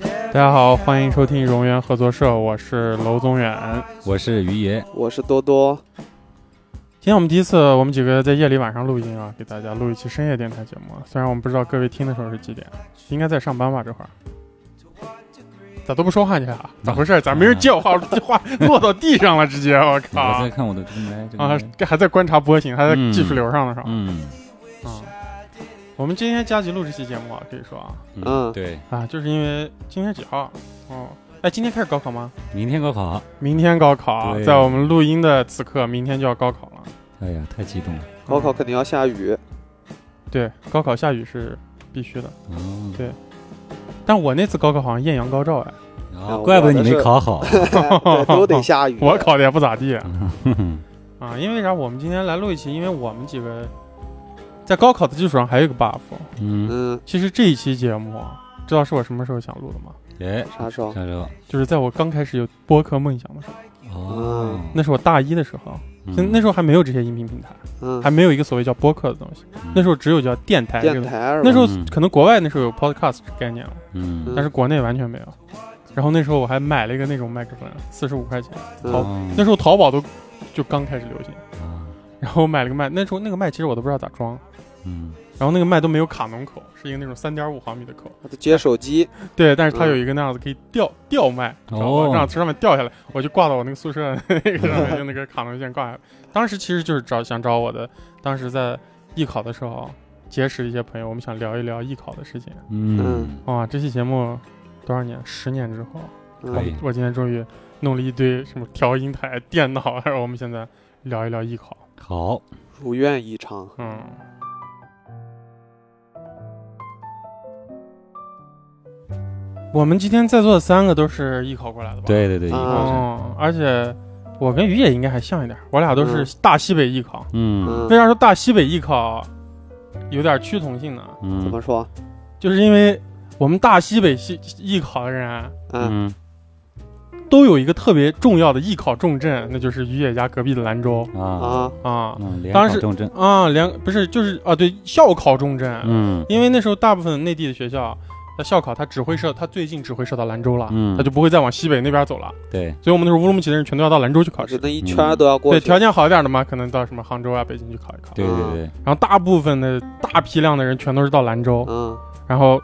大家好，欢迎收听荣源合作社，我是娄宗远。我是于爷，啊我是多多，今天我们第一次，我们几个在夜里晚上录音啊，给大家录一期深夜电台节目啊。虽然我们不知道各位听的时候是几点，应该在上班吧？这会儿咋都不说话你啊俩？咋回事？咋没人接我话？这话落到地上了，直接我我靠在！看我的这个麦，这啊个麦，这还在观察波形，还在嗯技术流上的是吧？嗯啊，我们今天加急录这期节目啊，可以说啊嗯对，啊，就是因为今天几号？哦，哎，今天开始高考吗？明天高考，明天高考啊，对在我们录音的此刻，明天就要高考了。哎呀，太激动了，高考肯定要下 雨，对，高考下雨是必须的。哦嗯对但我那次高考好像艳阳高照哎，啊怪不得你没考好，对，都得下雨。 我考的也不咋地 嗯啊。因为啥？我们今天来录一期，因为我们几个在高考的基础上还有一个 buff。嗯，嗯，其实这一期节目啊，知道是我什么时候想录的吗？哎，啥时候？加州，就是在我刚开始有播客梦想的时候，哦，那是我大一的时候，那嗯那时候还没有这些音频平台，嗯还，没有一个所谓叫播客的东西，那时候只有叫电台这个电台是吧那时候嗯可能国外那时候有 podcast 概念了，嗯，但是国内完全没有。然后那时候我还买了一个那种麦克风，四十五块钱，嗯好哦那时候淘宝都就刚开始流行。啊然后我买了个麦，那时候那个麦其实我都不知道咋装，嗯然后那个麦都没有卡农口，是一个那种三点五毫米的口，还得接手机，对，但是它有一个那样子可以吊吊麦，知道吧哦让从上面掉下来，我就挂到我那个宿舍那个上面，用那个卡农线挂下来。当时其实就是找想找我的，当时在艺考的时候结识一些朋友，我们想聊一聊艺考的事情。嗯嗯，哇、这期节目多少年？十年之后，可嗯以，我今天终于弄了一堆什么调音台、 电脑，然后我们现在聊一聊艺考。好，如愿以偿。嗯。我们今天在座的三个都是艺考过来的吧？。对对对，一啊考生，哦，而且我跟于野应该还像一点，我俩都是大西北艺考。嗯嗯为，啥说大西北艺考有点趋同性呢？嗯，怎么说？就是因为我们大西北系艺考的人啊嗯，嗯都有一个特别重要的艺考重镇，那就是于野家隔壁的兰州啊啊，啊嗯，联当考时重症，啊，连不是就是啊，对校考重镇，嗯因为那时候大部分内地的学校。它校考，它只会设，它最近只会设到兰州了，嗯它就不会再往西北那边走了。对，所以我们那时候乌鲁木齐的人全都要到兰州去考试是。那一圈都要过啊嗯对，去。条件好一点的嘛，可能到什么杭州啊、北京去考一考。对对对，然后大部分的大批量的人全都是到兰州，嗯，然后，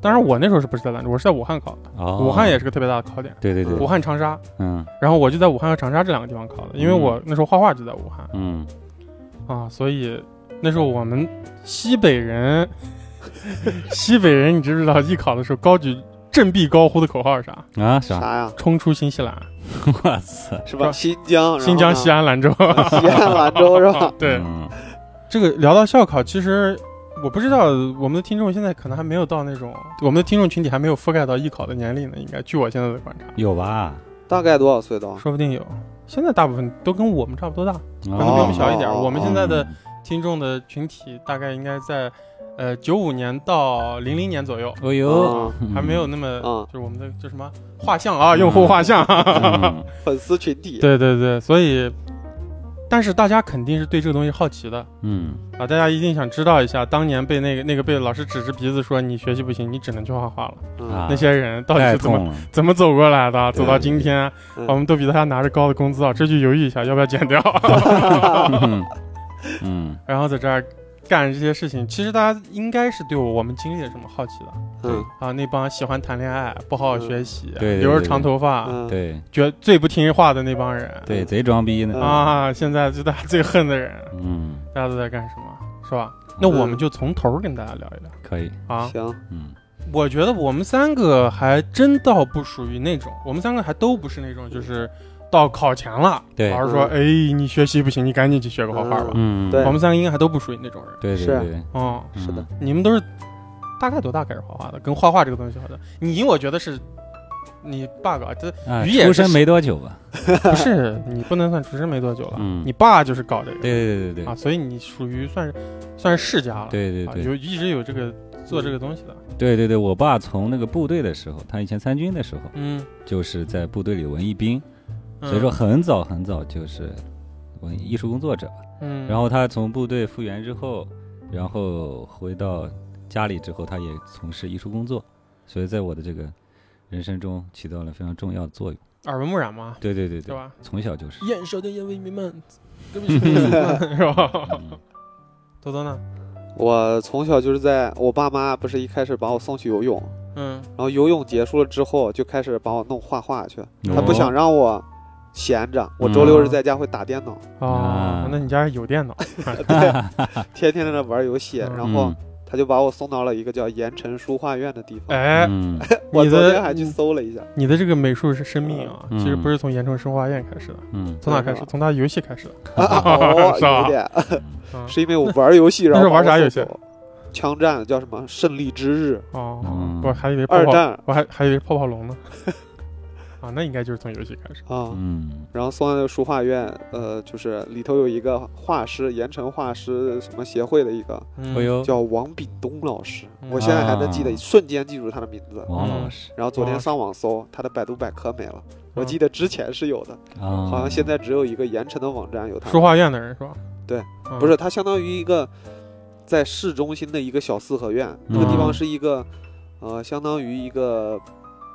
当然我那时候是不是在兰州，我是在武汉考的。哦，武汉也，是个特别大的考点，对对对，武汉、长沙。嗯然后我就在武汉和长沙这两个地方考的，因为嗯我那时候画画就在武汉嗯，啊，所以那时候我们西北人，西北人，你知不知道艺考的时候高举振臂高呼的口号是啥？啊啥，啥呀？冲出新西兰、 我操，是吧？新疆，新疆、西安，安、兰州。西 安、兰州是吧？对，嗯这个聊到校考，其实我不知道我们的听众现在可能还没有到那种，我们的听众群体还没有覆盖到艺考的年龄呢。应该，据我现在的观察，有吧？大概多少岁都？说不定有。现在大部分都跟我们差不多大，可可能比我们小一点。哦我们现在的听众的群体大概应该在，呃，九五年到零零年左右，哦呦，嗯还没有那么，嗯就是我们的叫什么画像啊，用户画像。嗯粉丝群体。对对对，所以，但是大家肯定是对这个东西好奇的， 嗯，啊，大家一定想知道一下，当年被那个那个被老师指着鼻子说你学习不行，你只能去画画了，嗯啊那些人到底太是怎么重了，怎么走过来的，对走到今天，嗯我们都比他拿着高的工资啊，这就犹豫一下要不要减掉， 嗯 嗯然后在这儿干这些事情，其实大家应该是对我们经历了什么好奇的嗯啊，那帮喜欢谈恋爱、不好好学习、嗯对对留着对长头发、嗯，对绝最不听话的那帮人，对，贼装逼呢嗯啊，现在就大家最恨的人，嗯，大家都在干什么，是吧？那我们就从头儿跟大家聊一聊可以，啊。行，嗯我觉得我们三个还真倒不属于那种，我们三个还都不是那种，就是到考前了，对老师说，嗯哎，你学习不行，你赶紧去学个画画吧。嗯，对我们三个应该还都不属于那种人。对对是啊对，哦，嗯是的，你们都是大概多大开始画画的？跟画画这个东西好的，你我觉得是你 bug 啊这啊鱼也是出身没多久吧？不是你不能算出身没多久了，嗯你爸就是搞这个对对对对啊，所以你属于算是算是世家了，对对啊，对有一直有这个做这个东西的，对对对，我爸从那个部队的时候，他以前参军的时候，嗯，就是在部队里文艺兵，嗯所以说，很早很早就是文艺术工作者。嗯，然后他从部队复员之后，然后回到家里之后，他也从事艺术工作，所以在我的这个人生中起到了非常重要的作用。耳闻目染嘛，对对对是对，吧？从小就是。燕少的燕为民们，根 本就是民们是吧？嗯多多呢？我从小就是在我爸妈不是一开始把我送去游泳，嗯，然后游泳结束了之后就开始把我弄画画去，哦他不想让我闲着，我周六日在家会打电脑，哦啊，那你家有电脑，天天在那玩游戏，嗯然后他就把我送到了一个叫盐城书画院的地方。哎，嗯我你昨天的还去搜了 一下，你的这个美术是生命啊，嗯其实不是从盐城生化院开始的，嗯从哪开是始？吧从他游戏开始的。啊哦， 是吧有点，嗯是因为我玩游戏，然 那是后把玩啥我游送戏走？枪战叫什么？胜利之日，哦嗯，我还以为泡二泡，战我还还以为泡泡 龙呢。啊，那应该就是从游戏开始。啊。嗯然后送到那个书画院，呃，就是里头有一个画师，盐城画师什么协会的一个嗯嗯，哎呦，叫王炳东老师嗯，哦我现在还能记得，啊瞬间记住他的名字。王老师然后昨王老天师上网搜他的百度百科没了，嗯我记得之前是有的，啊，好像现在只有一个盐城的网站有他。书嗯画院的人是吧？对嗯，不是，它相当于一个在市中心的一个小四合院，那个地方嗯是一个呃，相当于一个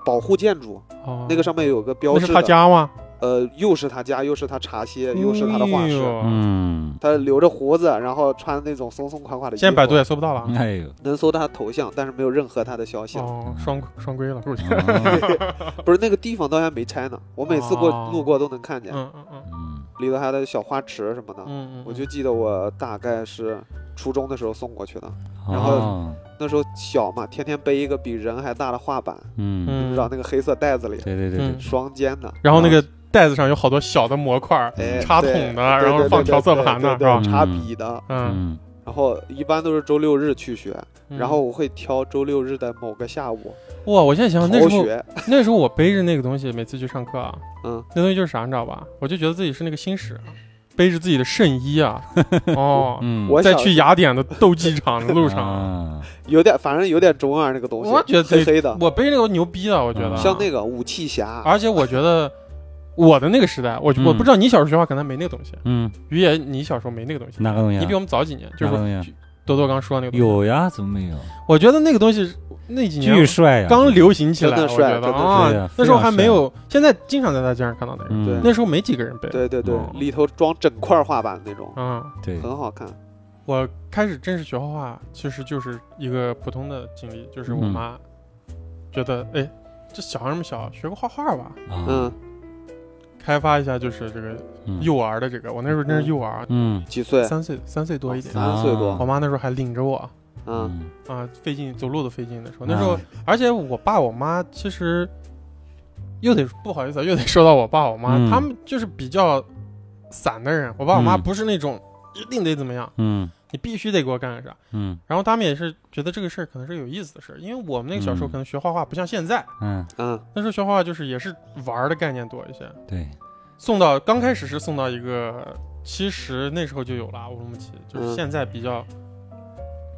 保护建筑，哦，那个上面有个标那志是他的，家吗？呃，又是他家，又是他茶歇，又是他的画哎室。呦嗯，他留着胡子，然后穿那种松松垮垮的衣服。现在百度也搜不到了啊。哎 呦，能搜到他头像，但是没有任何他的消息了。哦，双双规了，估计。嗯不是那个地方到现在没拆呢，我每次过、哦路过都能看见，嗯嗯嗯嗯里头还有他的小花池什么的。嗯嗯，啊我就记得我大概是初中的时候送过去的，然后哦那时候小嘛，天天背一个比人还大的画板，嗯，嗯你知道那个黑色袋子里，对对对对嗯，双肩的，然后那个袋子上有好多小的模块儿，哎插筒的，嗯对然后对对放对调色对盘的，是对吧对？插笔的。嗯，嗯然后一般都是周六日去学，嗯然后我会挑周六日的某个下午哇，我现在想想那逃时候学。那时候我背着那个东西，每次去上课啊，嗯，那东西就是啥，你知道吧？我就觉得自己是那个星矢，背着自己的圣衣 啊，哦，嗯，我在小去雅典的斗鸡场的路上，啊有点，反正有点中二那个东西，我觉得黑这黑的，我背那个牛逼啊，我啊觉得。嗯像那个武器侠，而且我觉得我的那个时代，我我嗯不知道你小时候学画可能没那个东西，嗯，于野，你小时候没那个东西，哪个东西啊？你比我们早几年，就是哪个说东西啊多多刚说的那个东西。有呀，怎么没有？我觉得那个东西那几年巨帅呀！啊刚流行起来，真我的帅觉得真的帅啊呀，那时候非常还没帅有，现在经常在大街上看到那个，嗯，对那时候没几个人背。对对对，嗯里头装整块画板那种，嗯，对，很好看。我开始正式学画画，其实就是一个普通的经历，就是我嗯妈觉得，哎、这小孩儿那么小，学个画画吧，啊嗯，，开发一下就是这个嗯幼儿的这个。我那时候真是幼儿，嗯几岁？三岁三岁多一点。啊三岁我多妈那时候还领着我嗯，啊，费劲走路都费劲的时候，那时候，啊而且我爸我妈其实又得不好意思啊，又得说到我爸我妈，嗯他们就是比较散的人。我爸我妈嗯不是那种、一定得怎么样，嗯你必须得给我干个啥。嗯然后他们也是觉得这个事儿可能是有意思的事儿，因为我们那个小时候嗯可能学画画不像现在，嗯，嗯，那时候学画画就是也是玩儿的概念多一些。对，送到刚开始是送到一个，其实那时候就有了乌鲁木齐，就是嗯现在比较、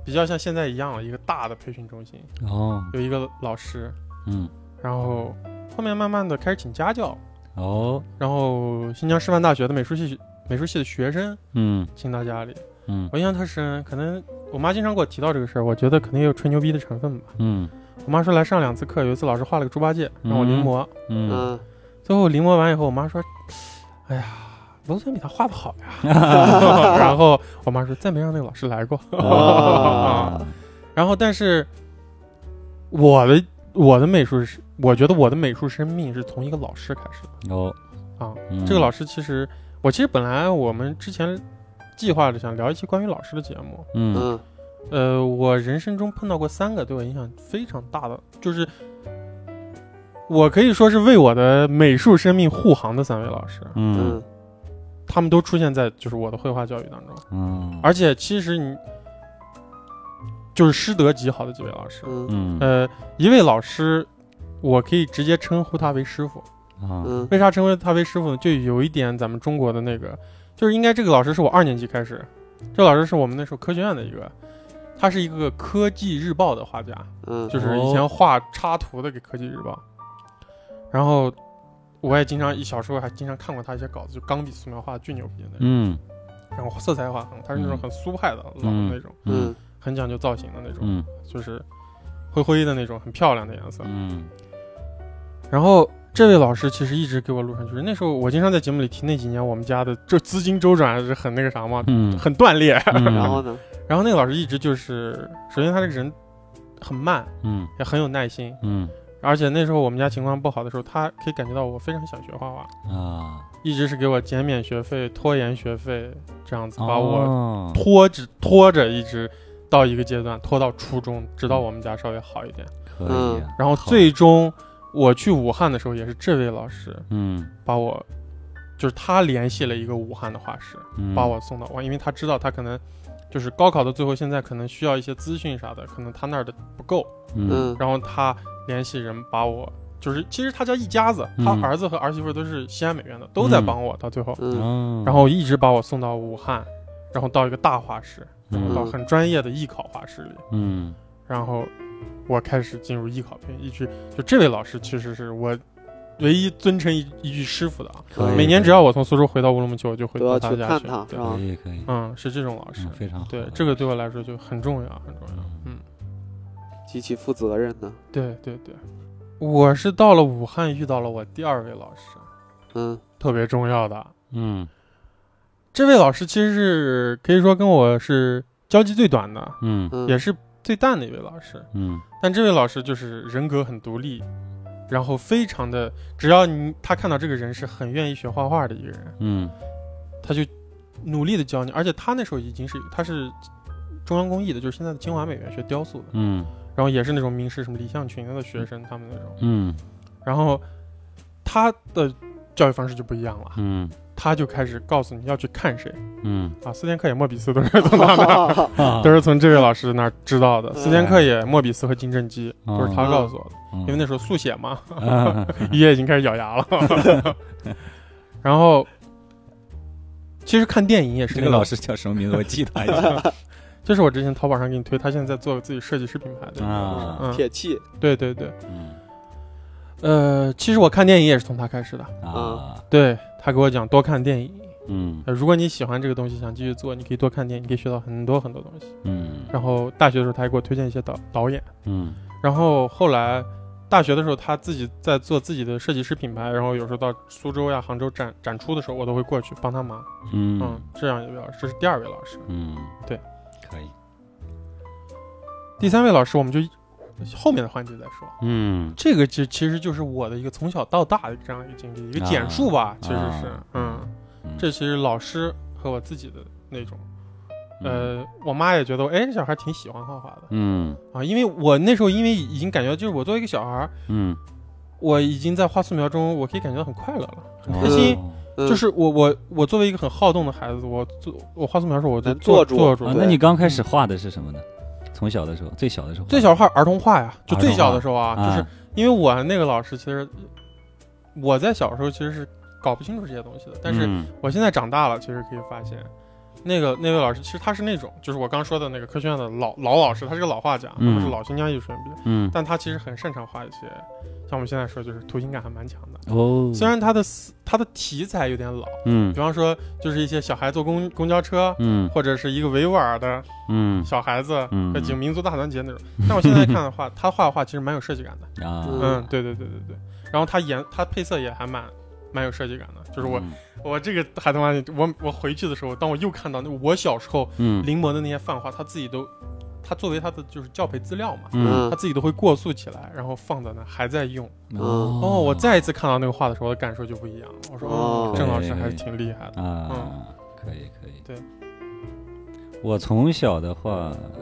比较像现在一样一个大的培训中心，哦，有一个老师，嗯然后后面慢慢的开始请家教，哦，然后新疆师范大学的美术系美术系的学生嗯请到家里，嗯我印象特深，可能我妈经常给我提到这个事儿，我觉得肯定也有吹牛逼的成分吧。嗯我妈说来上两次课，有一次老师画了个猪八戒，让我临摹。嗯，嗯，最后临摹完以后，我妈说：“哎呀，农村比他画的好呀。”然后我妈说：“再没让那个老师来过。哦啊”然后，但是我的我的美术是，我觉得我的美术生命是从一个老师开始的。哦啊，这个嗯老师其实，我其实本来我们之前计划着想聊一期关于老师的节目。嗯嗯呃，我人生中碰到过三个对我影响非常大的，就是我可以说是为我的美术生命护航的三位老师，嗯嗯他们都出现在就是我的绘画教育当中，嗯，而且其实你就是师德极好的几位老师，嗯嗯呃，一位老师我可以直接称呼他为师傅。啊，嗯为啥称呼他为师傅呢？就有一点咱们中国的那个，就是应该这个老师是我二年级开始，这老师是我们那时候科学院的一个，他是一个科技日报的画家，嗯，就是以前画插图的给科技日报，然后我也经常一小时候还经常看过他一些稿子，就钢笔素描画巨牛逼的那种，嗯然后色彩画很，他是那种很苏派的、老嗯的那种，嗯嗯很讲究造型的那种，嗯就是灰灰的那种，很漂亮的颜色。 嗯然后这位老师其实一直给我录上去，那时候我经常在节目里提那几年我们家的这资金周转是很那个啥嘛，嗯，很断裂。然然后呢，然后那个老师一直就是，首先他这个人很慢，嗯也很有耐心，嗯而且那时候我们家情况不好的时候，他可以感觉到我非常想学画画，啊，一直是给我减免学费、拖延学费这样子，把哦我嗯我拖着拖着一直。到一个阶段，拖到初中，直到我们家稍微好一点。可以啊，然后好最终我去武汉的时候，也是这位老师嗯把我，就是他联系了一个武汉的画师，嗯把我送到武汉，因为他知道他可能就是高考的最后，现在可能需要一些资讯啥的，可能他那儿的不够，嗯嗯然后他联系人把我，就是其实他家一家子，他嗯儿子和儿媳妇都是西安美院的，都在嗯帮我，到最后，嗯哦，然后一直把我送到武汉，然后到一个大画室，然后到嗯很专业的艺考画室里，嗯然后我开始进入艺考片，一直就这位老师其实是我唯一尊称一一句师傅的啊。嗯可以每年只要我从苏州回到乌鲁木齐，我就嗯会都到要他去家看去他对是吧可以可以，嗯，是这种老师嗯，。非常好，对，这个对我来说就很重要，很重要。嗯极其负责任的，对对对，我是到了武汉遇到了我第二位老师，嗯特别重要的。嗯这位老师其实是可以说跟我是交集最短的，嗯嗯，也是最淡的一位老师。嗯但这位老师就是人格很独立，然后非常的，只要你他看到这个人是很愿意学画画的一个人，嗯他就努力的教你，而且他那时候已经是他是中央工艺的，就是现在的清华美院学雕塑的，嗯然后也是那种名师什么李象群的学生他们那种，嗯然后他的教育方式就不一样了，嗯他就开始告诉你要去看谁嗯，啊啊，斯天克也莫比斯都是从他那儿 都都是从这位老师那儿知道的，嗯斯天克也莫比斯和金正基都是他啊告诉我的，嗯因为那时候速写嘛。 那爷爷已经开始咬牙了。 然后，其实看电影也是这那个个老，师叫什么名字？我记他一下就是我之前淘宝上给你推，他现在在做自己设计师品牌的。 啊嗯，铁器，对对对，嗯呃，其实我看电影也是从他开始的，啊对他给我讲多看电影。嗯呃如果你喜欢这个东西，想继续做，你可以多看电影，你可以学到很多很多东西。嗯然后大学的时候，他还给我推荐一些导导演。嗯然后后来大学的时候，他自己在做自己的设计师品牌，然后有时候到苏州呀、杭州展展出的时候，我都会过去帮他忙。嗯嗯，这样一位老师，这是第二位老师。嗯，对，可以，第三位老师，我们就后面的环节再说。嗯这个就其实就是我的一个从小到大的这样一个经历，一个简述吧，其实是，啊嗯，嗯这其实老师和我自己的那种，呃，我妈也觉得，哎，这小孩挺喜欢画画的嗯啊，因为我那时候因为已经感觉，就是我作为一个小孩，嗯，我已经在画素描中，我可以感觉到很快乐了，很哦开心。嗯就是我我我作为一个很好动的孩子，我做我画素描的时候，我就能坐住坐住啊，，那你刚开始画的是什么呢？从小的时候，最小的时候，最小画儿童画呀，就儿童最小画的时候啊，就是啊，因为我那个老师，其实我在小时候其实是搞不清楚这些东西的，但是嗯我现在长大了，其实可以发现，那个那位老师其实他是那种，就是我刚说的那个科学院的老老老师，他是个老画家，嗯他是老新疆艺术院毕业，嗯但他其实很擅长画一些，像我们现在说就是图形感还蛮强的。哦，虽然他的思他的题材有点老，嗯比方说就是一些小孩坐公公交车，嗯或者是一个维吾尔的嗯小孩子，嗯呃几个民族大团结那种。但我现在看的话，他画的画其实蛮有设计感的。啊，嗯，对对对对对。然后他颜他配色也还蛮蛮有设计感的，就是我、嗯我这个孩子妈，我我回去的时候，当我又看到那我小时候嗯临摹的那些泛画，他自己都他作为他的就是教培资料嘛，嗯他自己都会过塑起来，然后放在那还在用。哦，哦我再一次看到那个画的时候，我的感受就不一样了。我说，哦郑老哎师还是挺厉害的。啊，可以可以，嗯对，我从小的话。呃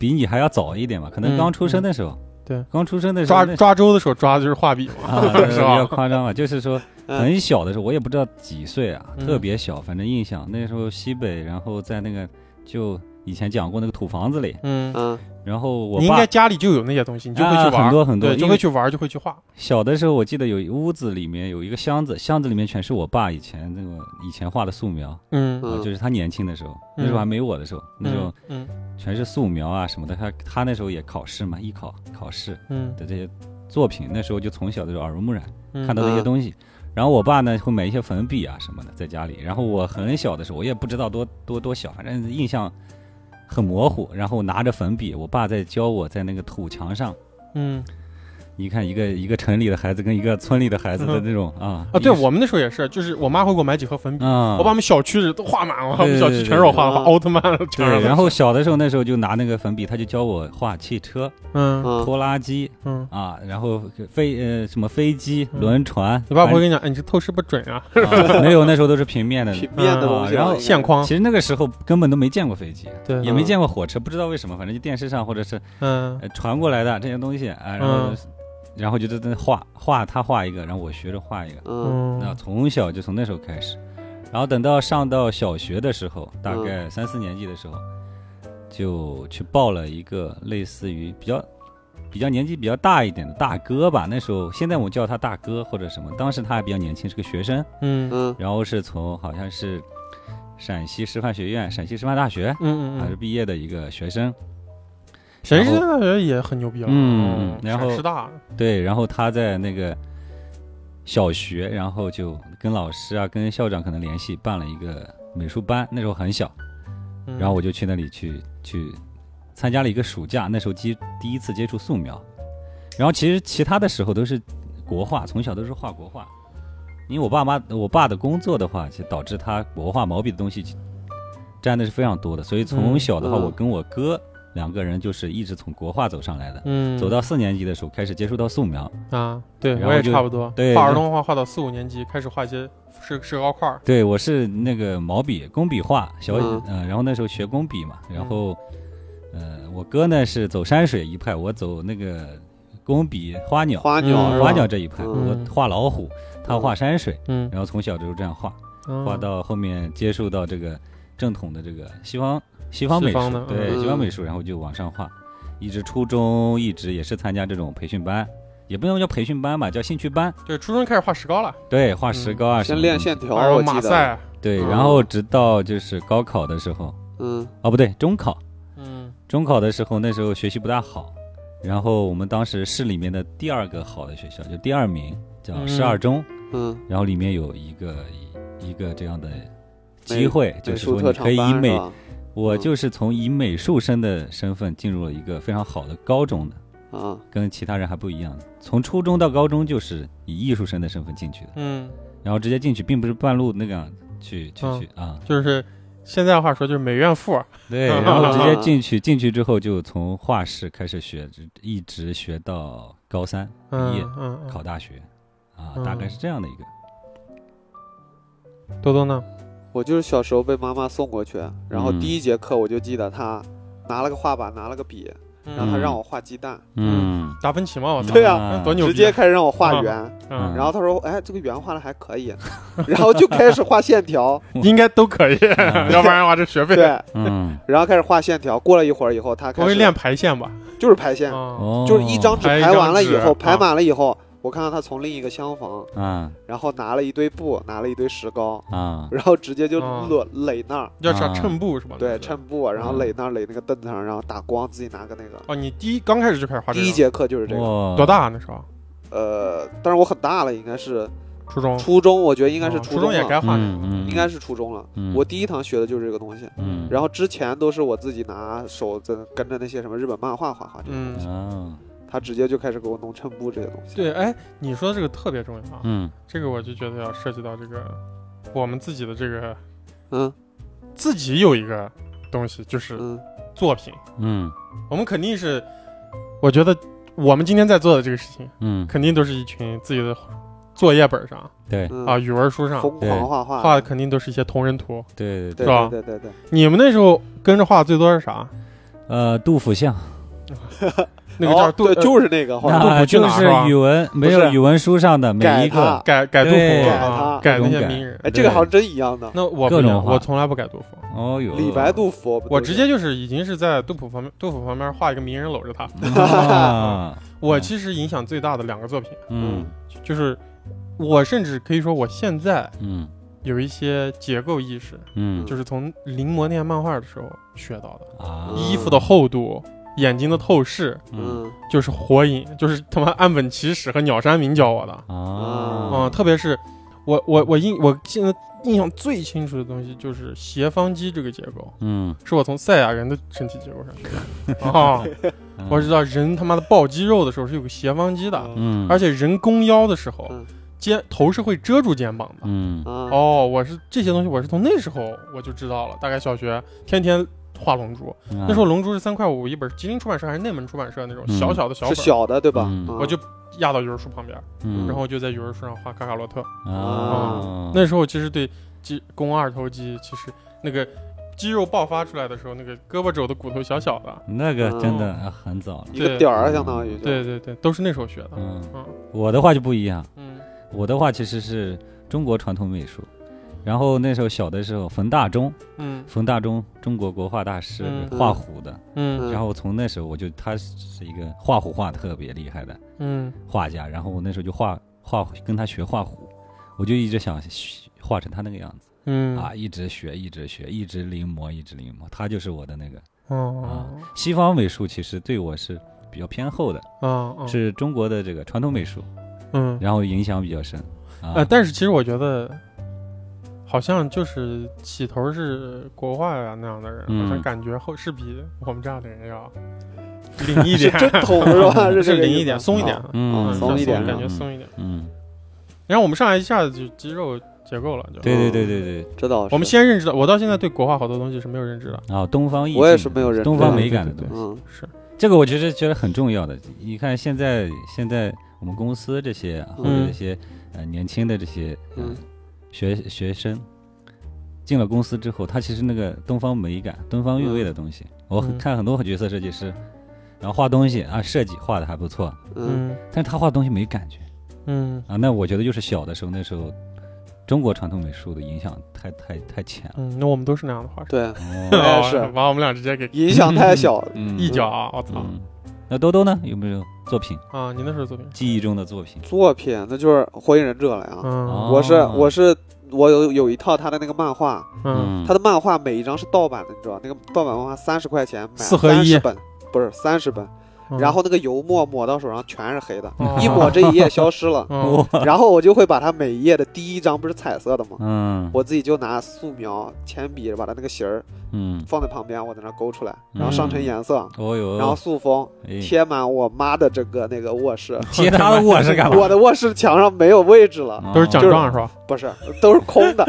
比你还要早一点吧，可嗯能刚出生嗯的时候，对，刚出生的时候抓那抓周的时候抓的就是画笔 嘛，啊，比是吧较夸张吧，就是说嗯很小的时候，我也不知道几岁啊，嗯特别小，反正印象那时候西北，然后在那个就以前讲过那个土房子里，嗯，啊，然后呃我你应爸该家里就有那些东西，你就会去玩，啊很多很多对，因就为会去玩，就会去画。小的时候，我记得有一屋子里面有一个箱子，箱子里面全是我爸以前那个以前画的素描，嗯，啊，嗯就是他年轻的时候，那时候还没我的时候，那时候嗯，嗯全是素描啊什么的。他他那时候也考试嘛，艺考考试嗯的这些作品，那时候就从小的时候耳濡目染，嗯，看到这些东西。然后我爸呢会买一些粉笔啊什么的在家里。然后我很小的时候，我也不知道多多多小，反正印象很模糊。然后拿着粉笔，我爸在教我在那个土墙上。嗯你看一个一个城里的孩子跟一个村里的孩子的那种啊啊，对一个我们那时候也是，就是我妈会给我买几盒粉笔，啊，我把我们小区的都画满了，我们对小对区对全是我画的，对画奥特曼全是。对，然后小的时候那时候就拿那个粉笔，他就教我画汽车、嗯啊，拖拉机嗯，啊，然后飞呃什么飞机、嗯轮船。你爸不会跟你讲，哎，你这透视不准啊，反正 啊没有，那时候都是平面的。平面的东西吧，啊嗯然后应该线框其，实那个时候根本都没见过飞机，对，也没见过火车，不知道为什么，反正就电视上或者是嗯呃传过来的这些东西啊，然后嗯然后就在那画画，他画一个，然后我学着画一个。嗯那嗯从小就从那时候开始，然后等到上到小学的时候，大嗯概三四年级的时候，就去报了一个类似于比较比较年纪比较大一点的大哥吧。那时候现在我们叫他大哥或者什么，当时他还比较年轻，是个学生。嗯嗯嗯然后是从好像是陕西师范学院、陕西师范大学嗯还是嗯，毕业的一个学生。沈师大学也很牛逼了，嗯嗯然后陕师大，对，然后他在那个小学，然后就跟老师啊、跟校长可能联系，办了一个美术班。那时候很小，嗯然后我就去那里去去参加了一个暑假，那时候接第一次接触素描，然后其实其他的时候都是国画，从小都是画国画，因为我爸妈我爸的工作的话，就导致他国画毛笔的东西占的是非常多的，所以从嗯小的话，嗯我跟我哥两个人就是一直从国画走上来的。嗯，走到四年级的时候开始接触到素描，啊，对然我也后就差不多，对画就儿童画画到四五年级开始画一些石石膏块儿，对我是那个毛笔工笔画小，嗯呃，然后那时候学工笔嘛，嗯然后，呃，我哥呢是走山水一派，我走那个工笔花鸟，花鸟嗯是吧花鸟这一派，嗯我画老虎，他画山水，嗯，然后从小就是这样画，嗯画到后面接触到这个正统的这个西方西方美西术方的，对嗯西方美术，然后就往上画，一直初中一直也是参加这种培训班，也不能叫培训班吧，叫兴趣班，对初中开始画石膏了，对，画石膏嗯啊什先么的练东西，线条，然后我记马得，赛，对，嗯然后直到就是高考的时候，嗯哦，不对，中考，嗯中考的时候，那时候学习不大好，然后我们当时市里面的第二个好的学校，就第二名，叫嗯市二中，嗯，然后里面有一个一一个这样的机会，就美是术特说你长可以以班是美，吧？嗯我就是从以美术生的身份进入了一个非常好的高中的，啊，跟其他人还不一样的，从初中到高中就是以艺术生的身份进去的，嗯，然后直接进去，并不是半路那个样去去嗯去啊，就是现在的话说就是美院附，对，然后直接进去，进去之后就从画室开始学，一直学到高三毕业嗯嗯，考大学，啊，嗯大概是这样的一个。嗯多多呢，我就是小时候被妈妈送过去，然后嗯第一节课我就记得她拿了个画板，拿了个笔，然后她嗯，嗯让我画鸡蛋，嗯嗯，达芬奇嘛，我操，哦对啊多牛逼，直接开始让我画圆，嗯，然后她说，哎，这个圆画的还可以，然后就开始画线 条，应该都可以，要不然的话这学费对，， 嗯，然后开始画线条，过了一会儿以后，她我开会始练排线吧，就是排线，哦，哦，就是一张纸排一排张完了以纸后，排啊满了以后，我看到她从另一个厢房，啊然后拿了一堆布，拿了一堆石膏，啊，然后直接就哦垒垒那儿，叫啥啊衬布是吧？对，衬布，啊然后嗯垒那儿垒那个凳子上，然后打光，自己拿个那个。哦，你第一刚开始就开始画这个，第一节课就是这个，哇，多？大啊那时候？呃，但是我很大了，应该是初中，初中，我觉得应该是哦初初中也了，该画这个，嗯嗯，应该是初中了。嗯我第一堂学的就是这个东西，嗯，然后之前都是我自己拿手在跟着那些什么日本漫画画画这个，嗯。啊，他直接就开始给我弄衬布这些东西。对，哎，你说这个特别重要啊，嗯这个我就觉得要涉及到这个我们自己的这个嗯自己有一个东西，就是嗯作品。嗯我们肯定是，我觉得我们今天在做的这个事情，嗯，肯定都是一群自己的作业本上对嗯啊、语文书上疯狂画画画的，肯定都是一些同人图。对对对对，是吧对对对对，你们那时候跟着画最多是啥？呃，杜甫像，那个叫哦对，杜，就是那个画，杜那甫去就哪儿是是吧语文没有不是语文书上的每改一个它，改改杜对甫改啊他，改那各些种名人。哎，这个好像真一样的，那我各不一样种画我从来不改杜甫，哦哟，李白、 杜甫，嗯我直接就是已经是在杜甫旁边，杜甫旁边画一个名人搂着他。啊，我嗯其实影响最大的两个作品，嗯就是我甚至可以说我现在嗯有一些结构意识，嗯就是从临摹那些漫画的时候学到的。啊，嗯衣服的厚度、眼睛的透视，嗯嗯就是火影，就是他妈岸本齐史和鸟山明教我的。啊嗯，特别是我我我印我现在印象最清楚的东西就是斜方肌这个结构，嗯，是我从赛亚人的身体结构上学的。啊，我知道人他妈的爆肌肉的时候是有个斜方肌的，嗯，而且人弓腰的时候嗯，肩头是会遮住肩膀的。嗯啊，哦，我是这些东西，我是从那时候我就知道了。大概小学天天画龙珠，那那时候《龙珠》是三块五一本，吉林出版社还是内蒙出版社那种嗯小小的小是本，小的对吧嗯？啊我就压到游人书旁边，嗯然后就在游人书上画卡卡罗特。啊那时候其实对肌肱二头肌，其实那个肌肉爆发出来的时候，那个胳膊肘的骨头小小的，那个真的嗯啊很早了，一个对点儿，相当于就对对对，都是那时候学的。嗯嗯，我的话就不一样，嗯我的话其实是中国传统美术。然后那时候小的时候，冯大中，嗯冯大中，中国国画大师，嗯画虎的。嗯然后从那时候我就，他是一个画虎画得特别厉害的嗯画家。然后我那时候就画画，跟他学画虎，我就一直想学画成他那个样子嗯啊，一直学，一直学，一直临摹，一直临摹。他就是我的那个哦西方美术，其实对我是比较偏后的，啊啊是中国的这个传统美术，嗯然后影响比较深。啊呃，，但是其实我觉得。好像就是起头是国画呀、那样的人，嗯好像感觉后是比我们这样的人要灵一是 点，真捅是 吧？是这个灵意一思点，松一点，啊嗯，嗯松一点感嗯觉松一点。嗯，然后我们上来一下子就肌肉结构了，就对对对对嗯对，这倒是。我们先认知到，我到现在对国画好多东西是没有认知的。然后啊东方意境，我也是没有认知东方美感的对东对西，嗯是，这个我觉得觉得很重要的。你看现在现在我们公司这些或者这些呃年轻的这些嗯嗯学学生。进了公司之后，他其实那个东方美感、东方韵味的东西，我很嗯看很多角色设计师，然后画东西啊，设计画的还不错，嗯嗯但是他画东西没感觉嗯啊。那我觉得就是小的时候，那时候中国传统美术的影响太太太浅了。嗯，那我们都是那样的画师。对， 哦，哦是把我们俩直接给影响太 小了。嗯一脚啊！我操嗯，那兜兜呢？有没有作品？啊！你那时候作品，记忆中的作品？作品那就是《火影忍者》了呀。嗯哦我是我是我有有一套他的那个漫画，嗯他的漫画每一张是盗版的，你知道那个盗版漫画三十块钱买四合一30本，不是三十本，嗯然后那个油墨抹到手上全是黑的，哦，一抹这一页消失了嗯 然后我就会把它每一页的第一张不是彩色的吗？嗯我自己就拿素描、铅笔把它那个形儿嗯，放在旁边，我在那勾出来，嗯然后上成颜色，哦哟，然后塑封，嗯哎。贴满我妈的整个那个卧 室贴他的卧室干 嘛？我的卧室墙上没有位置了，哦都是奖状是吧？不是，都是空 的，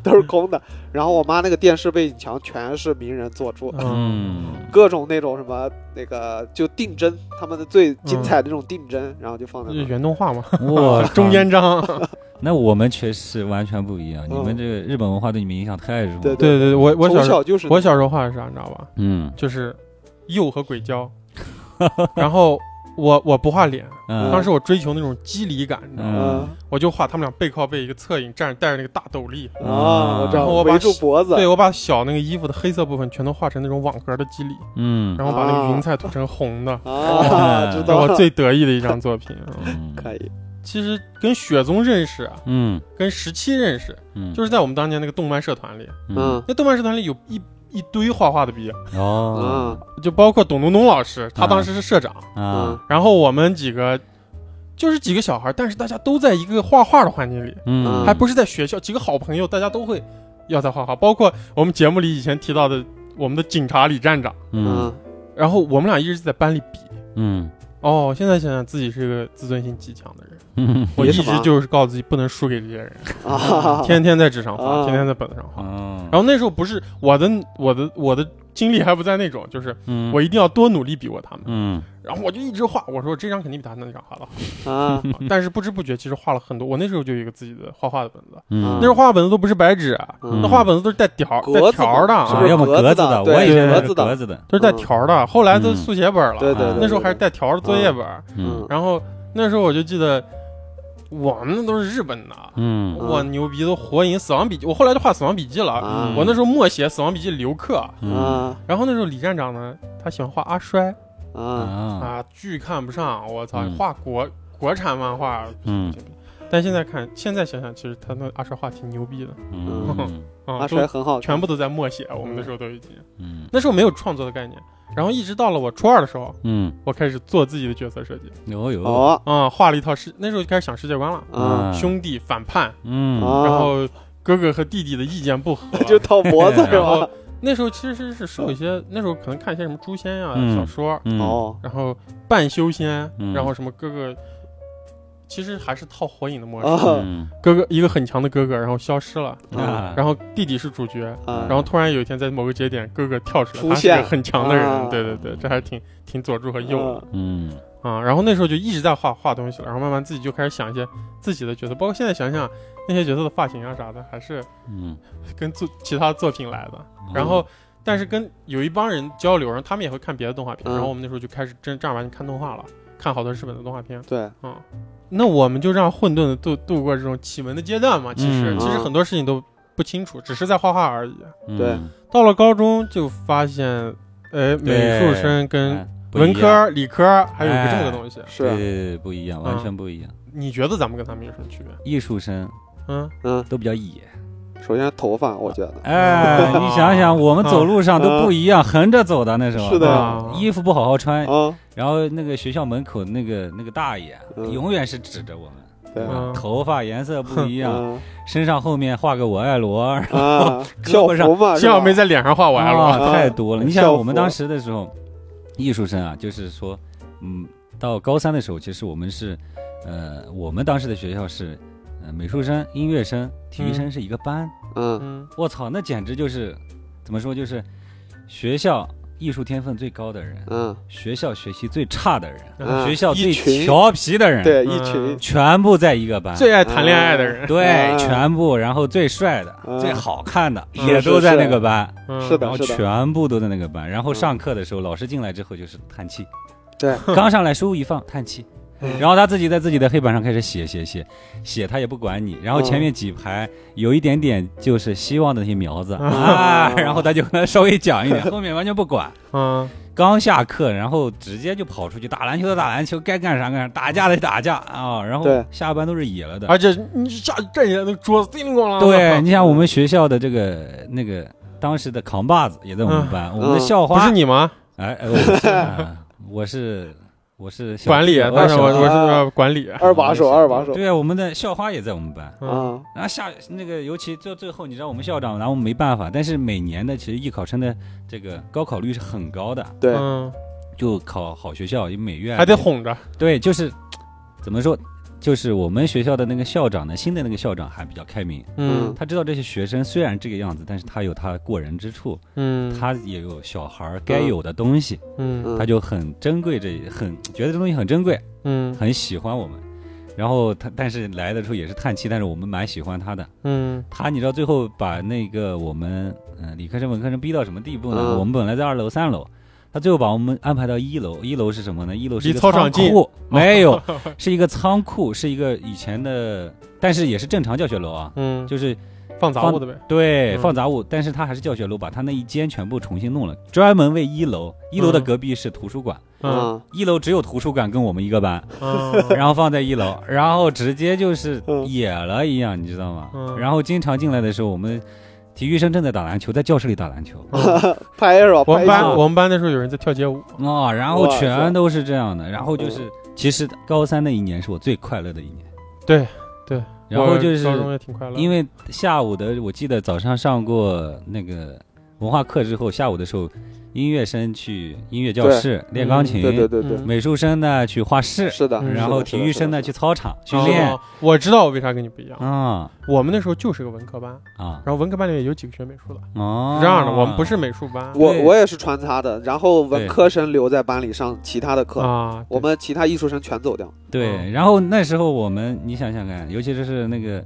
都是空的。然后我妈那个电视背景墙全是名人做出，嗯嗯各种那种什么那个就定帧，他们的最精彩的那种定帧，然后就放在嗯就是那。原动画嘛，，哇 哦中间章。嗯那我们确实完全不一样，嗯你们这个日本文化对你们影响太重对 了。对对对，我我小从时候小就是我小时候画的是啥，你知道吧？嗯就是釉和鬼胶，然后我我不画脸，当嗯时我追求那种肌理感，你知道吗？嗯我就画他们俩背靠背一个侧影，站着戴着那个大斗笠，啊，我知然道嗯后我把围住脖子，对，我把小那个衣服的黑色部分全都画成那种网格的肌理，嗯然后把那个云彩涂成红 的，啊，知这、道嗯我了，最得啊意的一张作品。嗯可以，其实跟雪宗认识啊，嗯跟十七认识，嗯，就是在我们当年那个动漫社团里，嗯那动漫社团里有一一堆画画的逼，哦嗯就包括董东东老师，他当时是社长，啊嗯然后我们几个。就是几个小孩，但是大家都在一个画画的环境里，嗯，还不是在学校，几个好朋友，大家都会要在画画。包括我们节目里以前提到的我们的警察李站长，嗯嗯然后我们俩一直在班里比。嗯哦，现在想想自己是个自尊心极强的人，嗯我一为什直么就是告诉自己不能输给这些人，啊，嗯天天在纸上画，啊天天在本子上画。嗯，然后那时候不是我的我的我的精力还不在那种，就是嗯我一定要多努力比过他们。嗯然后我就一直画，我说我这张肯定比他那张画的好。啊，嗯 但是不知不觉其实画了很多，我那时候就有一个自己的画画的本子，嗯那时候画本子都不是白纸，啊那嗯画本子都是带条带格子条的是啊不啊，是，要么格格子子的的，我也对是格格子的子的，都是带条嗯的。后来都速写本了，对对啊对，那时候还是对带条的作业本。嗯然后那时候我就记得，我们那都是日本的，啊嗯我牛逼都火影、死亡笔记，我后来就画死亡笔记了。啊我那时候默写《死亡笔记》留课，嗯啊然后那时候李站长呢，他喜欢画阿衰啊啊啊，巨看不上，我操，嗯画国国产漫画，嗯但现在看，现在想想，其实他那阿衰画挺牛逼的嗯啊，阿都衰很好看，全部都在默写，我们那时候都已经，嗯那时候没有创作的概念，然后一直到了我初二的时候，嗯，我开始做自己的角色设计，有有哦啊，画了一套世，那时候就开始想世界观了，啊兄弟反叛，嗯啊，，然后哥哥和弟弟的意见不合 就嗯套脖子啊是然吧后？那时候其实是受一些，那时候可能看一些什么诛仙呀、嗯小说，嗯哦然后半修仙，嗯然后什么哥哥，其实还是套火影的模式。啊嗯哥哥一个很强的哥哥，然后消失了，啊然后弟弟是主角，啊然后突然有一天在某个节点，哥哥跳出来，出他是个现很强的人。啊对对对，这还挺挺佐助和右的嗯啊。然后那时候就一直在画画东西了，然后慢慢自己就开始想一些自己的角色，包括现在想想那些角色的发型啊啥的，还是嗯，跟作其他作品来的。然后，但是跟有一帮人交流，然后他们也会看别的动画片，嗯然后我们那时候就开始真正儿八经看动画了，看好多日本的动画片。对，嗯，那我们就让混沌的度度过这种启蒙的阶段嘛。其实、嗯其实很多事情都不清楚，只是在画画而已。啊对到了高中就发现，哎，美术生哎嗯跟文科、理科还有一个这么个东西。对是对不一样，完全不一样。你觉得咱们跟他们有什么区别？艺术生嗯，嗯，都比较野，首先头发，我觉得哎，你想想，我们走路上都不一样，横着走嗯的那时候，嗯是的啊衣服不好好穿，啊，然后那个学校门口那个那个大爷，嗯永远是指着我们，对嗯头发颜色不哎一样，嗯身上后面画个我爱罗，啊， 校胳膊上服嘛，幸好没在在脸上画完了。啊，啊太多了。你想校服我们当时的时候，艺术生啊，就是说，嗯，到高三的时候，其实我们是，呃，我们当时的学校是，呃，美术生、音乐生、体育生是一个班。嗯嗯我操，那简直就是，怎么说就是，学校艺术天分最高的人，嗯，学校学习最差的人，嗯学校最一群调皮的人，，对，嗯一群全部在一个班。最爱谈恋爱的人，对，嗯全部，然后最帅的、嗯最好看的嗯也是都在是那个班。嗯是的嗯然后全部都在那个班。然后上课的时候，老师进来之后就是叹气，对，刚上来书一放叹气，嗯然后他自己在自己的黑板上开始写写写写，他也不管你。然后前面几嗯排有一点点就是希望的那些苗子嗯啊，然后他就跟他稍微讲一 点，后面完全不管。嗯，刚下课，然后直接就跑出去打篮球的打篮球，该干啥干啥，打架的打架啊、然后对啊下班都是野了的。而且你下站起来那个桌子叮铃咣啷的，对，你想我们学校的这个那个当时的扛把子也在我们班，我们的嗯校不花是你吗？哎，哎 我是、啊我是我是小管理，我但是小我花我是呃管理，二把手，二把手对啊，我们的校花也在我们班。嗯啊，然后下那个，尤其最最后，你知道我们校长拿我们没办法。但是每年的其实艺考生的这个高考率是很高的，对，嗯，就考好学校，因为美院还得。哄着，对，就是怎么说，就是我们学校的那个校长呢，新的那个校长还比较开明，嗯他知道这些学生虽然这个样子，但是他有他过人之处，嗯，他也有小孩儿该有的东西，嗯他就很珍贵这很觉得这东西很珍贵，嗯很喜欢我们。然后他，但是来的时候也是叹气，但是我们蛮喜欢他的。嗯他你知道最后把那个我们嗯、呃理科生文科生逼到什么地步呢？嗯我们本来在二楼三楼，他最后把我们安排到一楼。一楼是什么呢？一楼是一个离操场仓近库，没有，是一个仓库，是一个以前的，但是也是正常教学楼啊，嗯，就是放杂物的呗，对嗯放杂物，但是他还是教学楼，把他那一间全部重新弄了，专门为一楼。一楼的嗯隔壁是图书馆，嗯啊一楼只有图书馆跟我们一个班。嗯然后放在一 楼，然后直接就是哦嗯野了一样，你知道吗？嗯然后经常进来的时候，我们体育生正在打篮球，在教室里打篮 球哦嗯拍是吧？我拍们一班下我们班那时候有人在跳街舞，啊、然后哇嗯塞全都是这样的，然后就是其实高三那一年是我最快乐的一年，对对，然后就我高是中也挺快乐，因为为下午的，我记得早上上过那个文化课之后，下午的时候，音乐生去音乐教室练钢琴，对对对对，嗯美术生呢去画室，是的。嗯然后体育生呢就去操场训练哦。我知道我为啥跟你不一样，啊我们那时候就是个文科班，啊然后文科班里面有几个学美术的，哦是这样的，我们不是美术班我对我也是穿插的，然后文对科生留在班里上其他的课，啊，我们其他艺术生全走掉。对，然后那时候我们，你想想看，尤其是那个，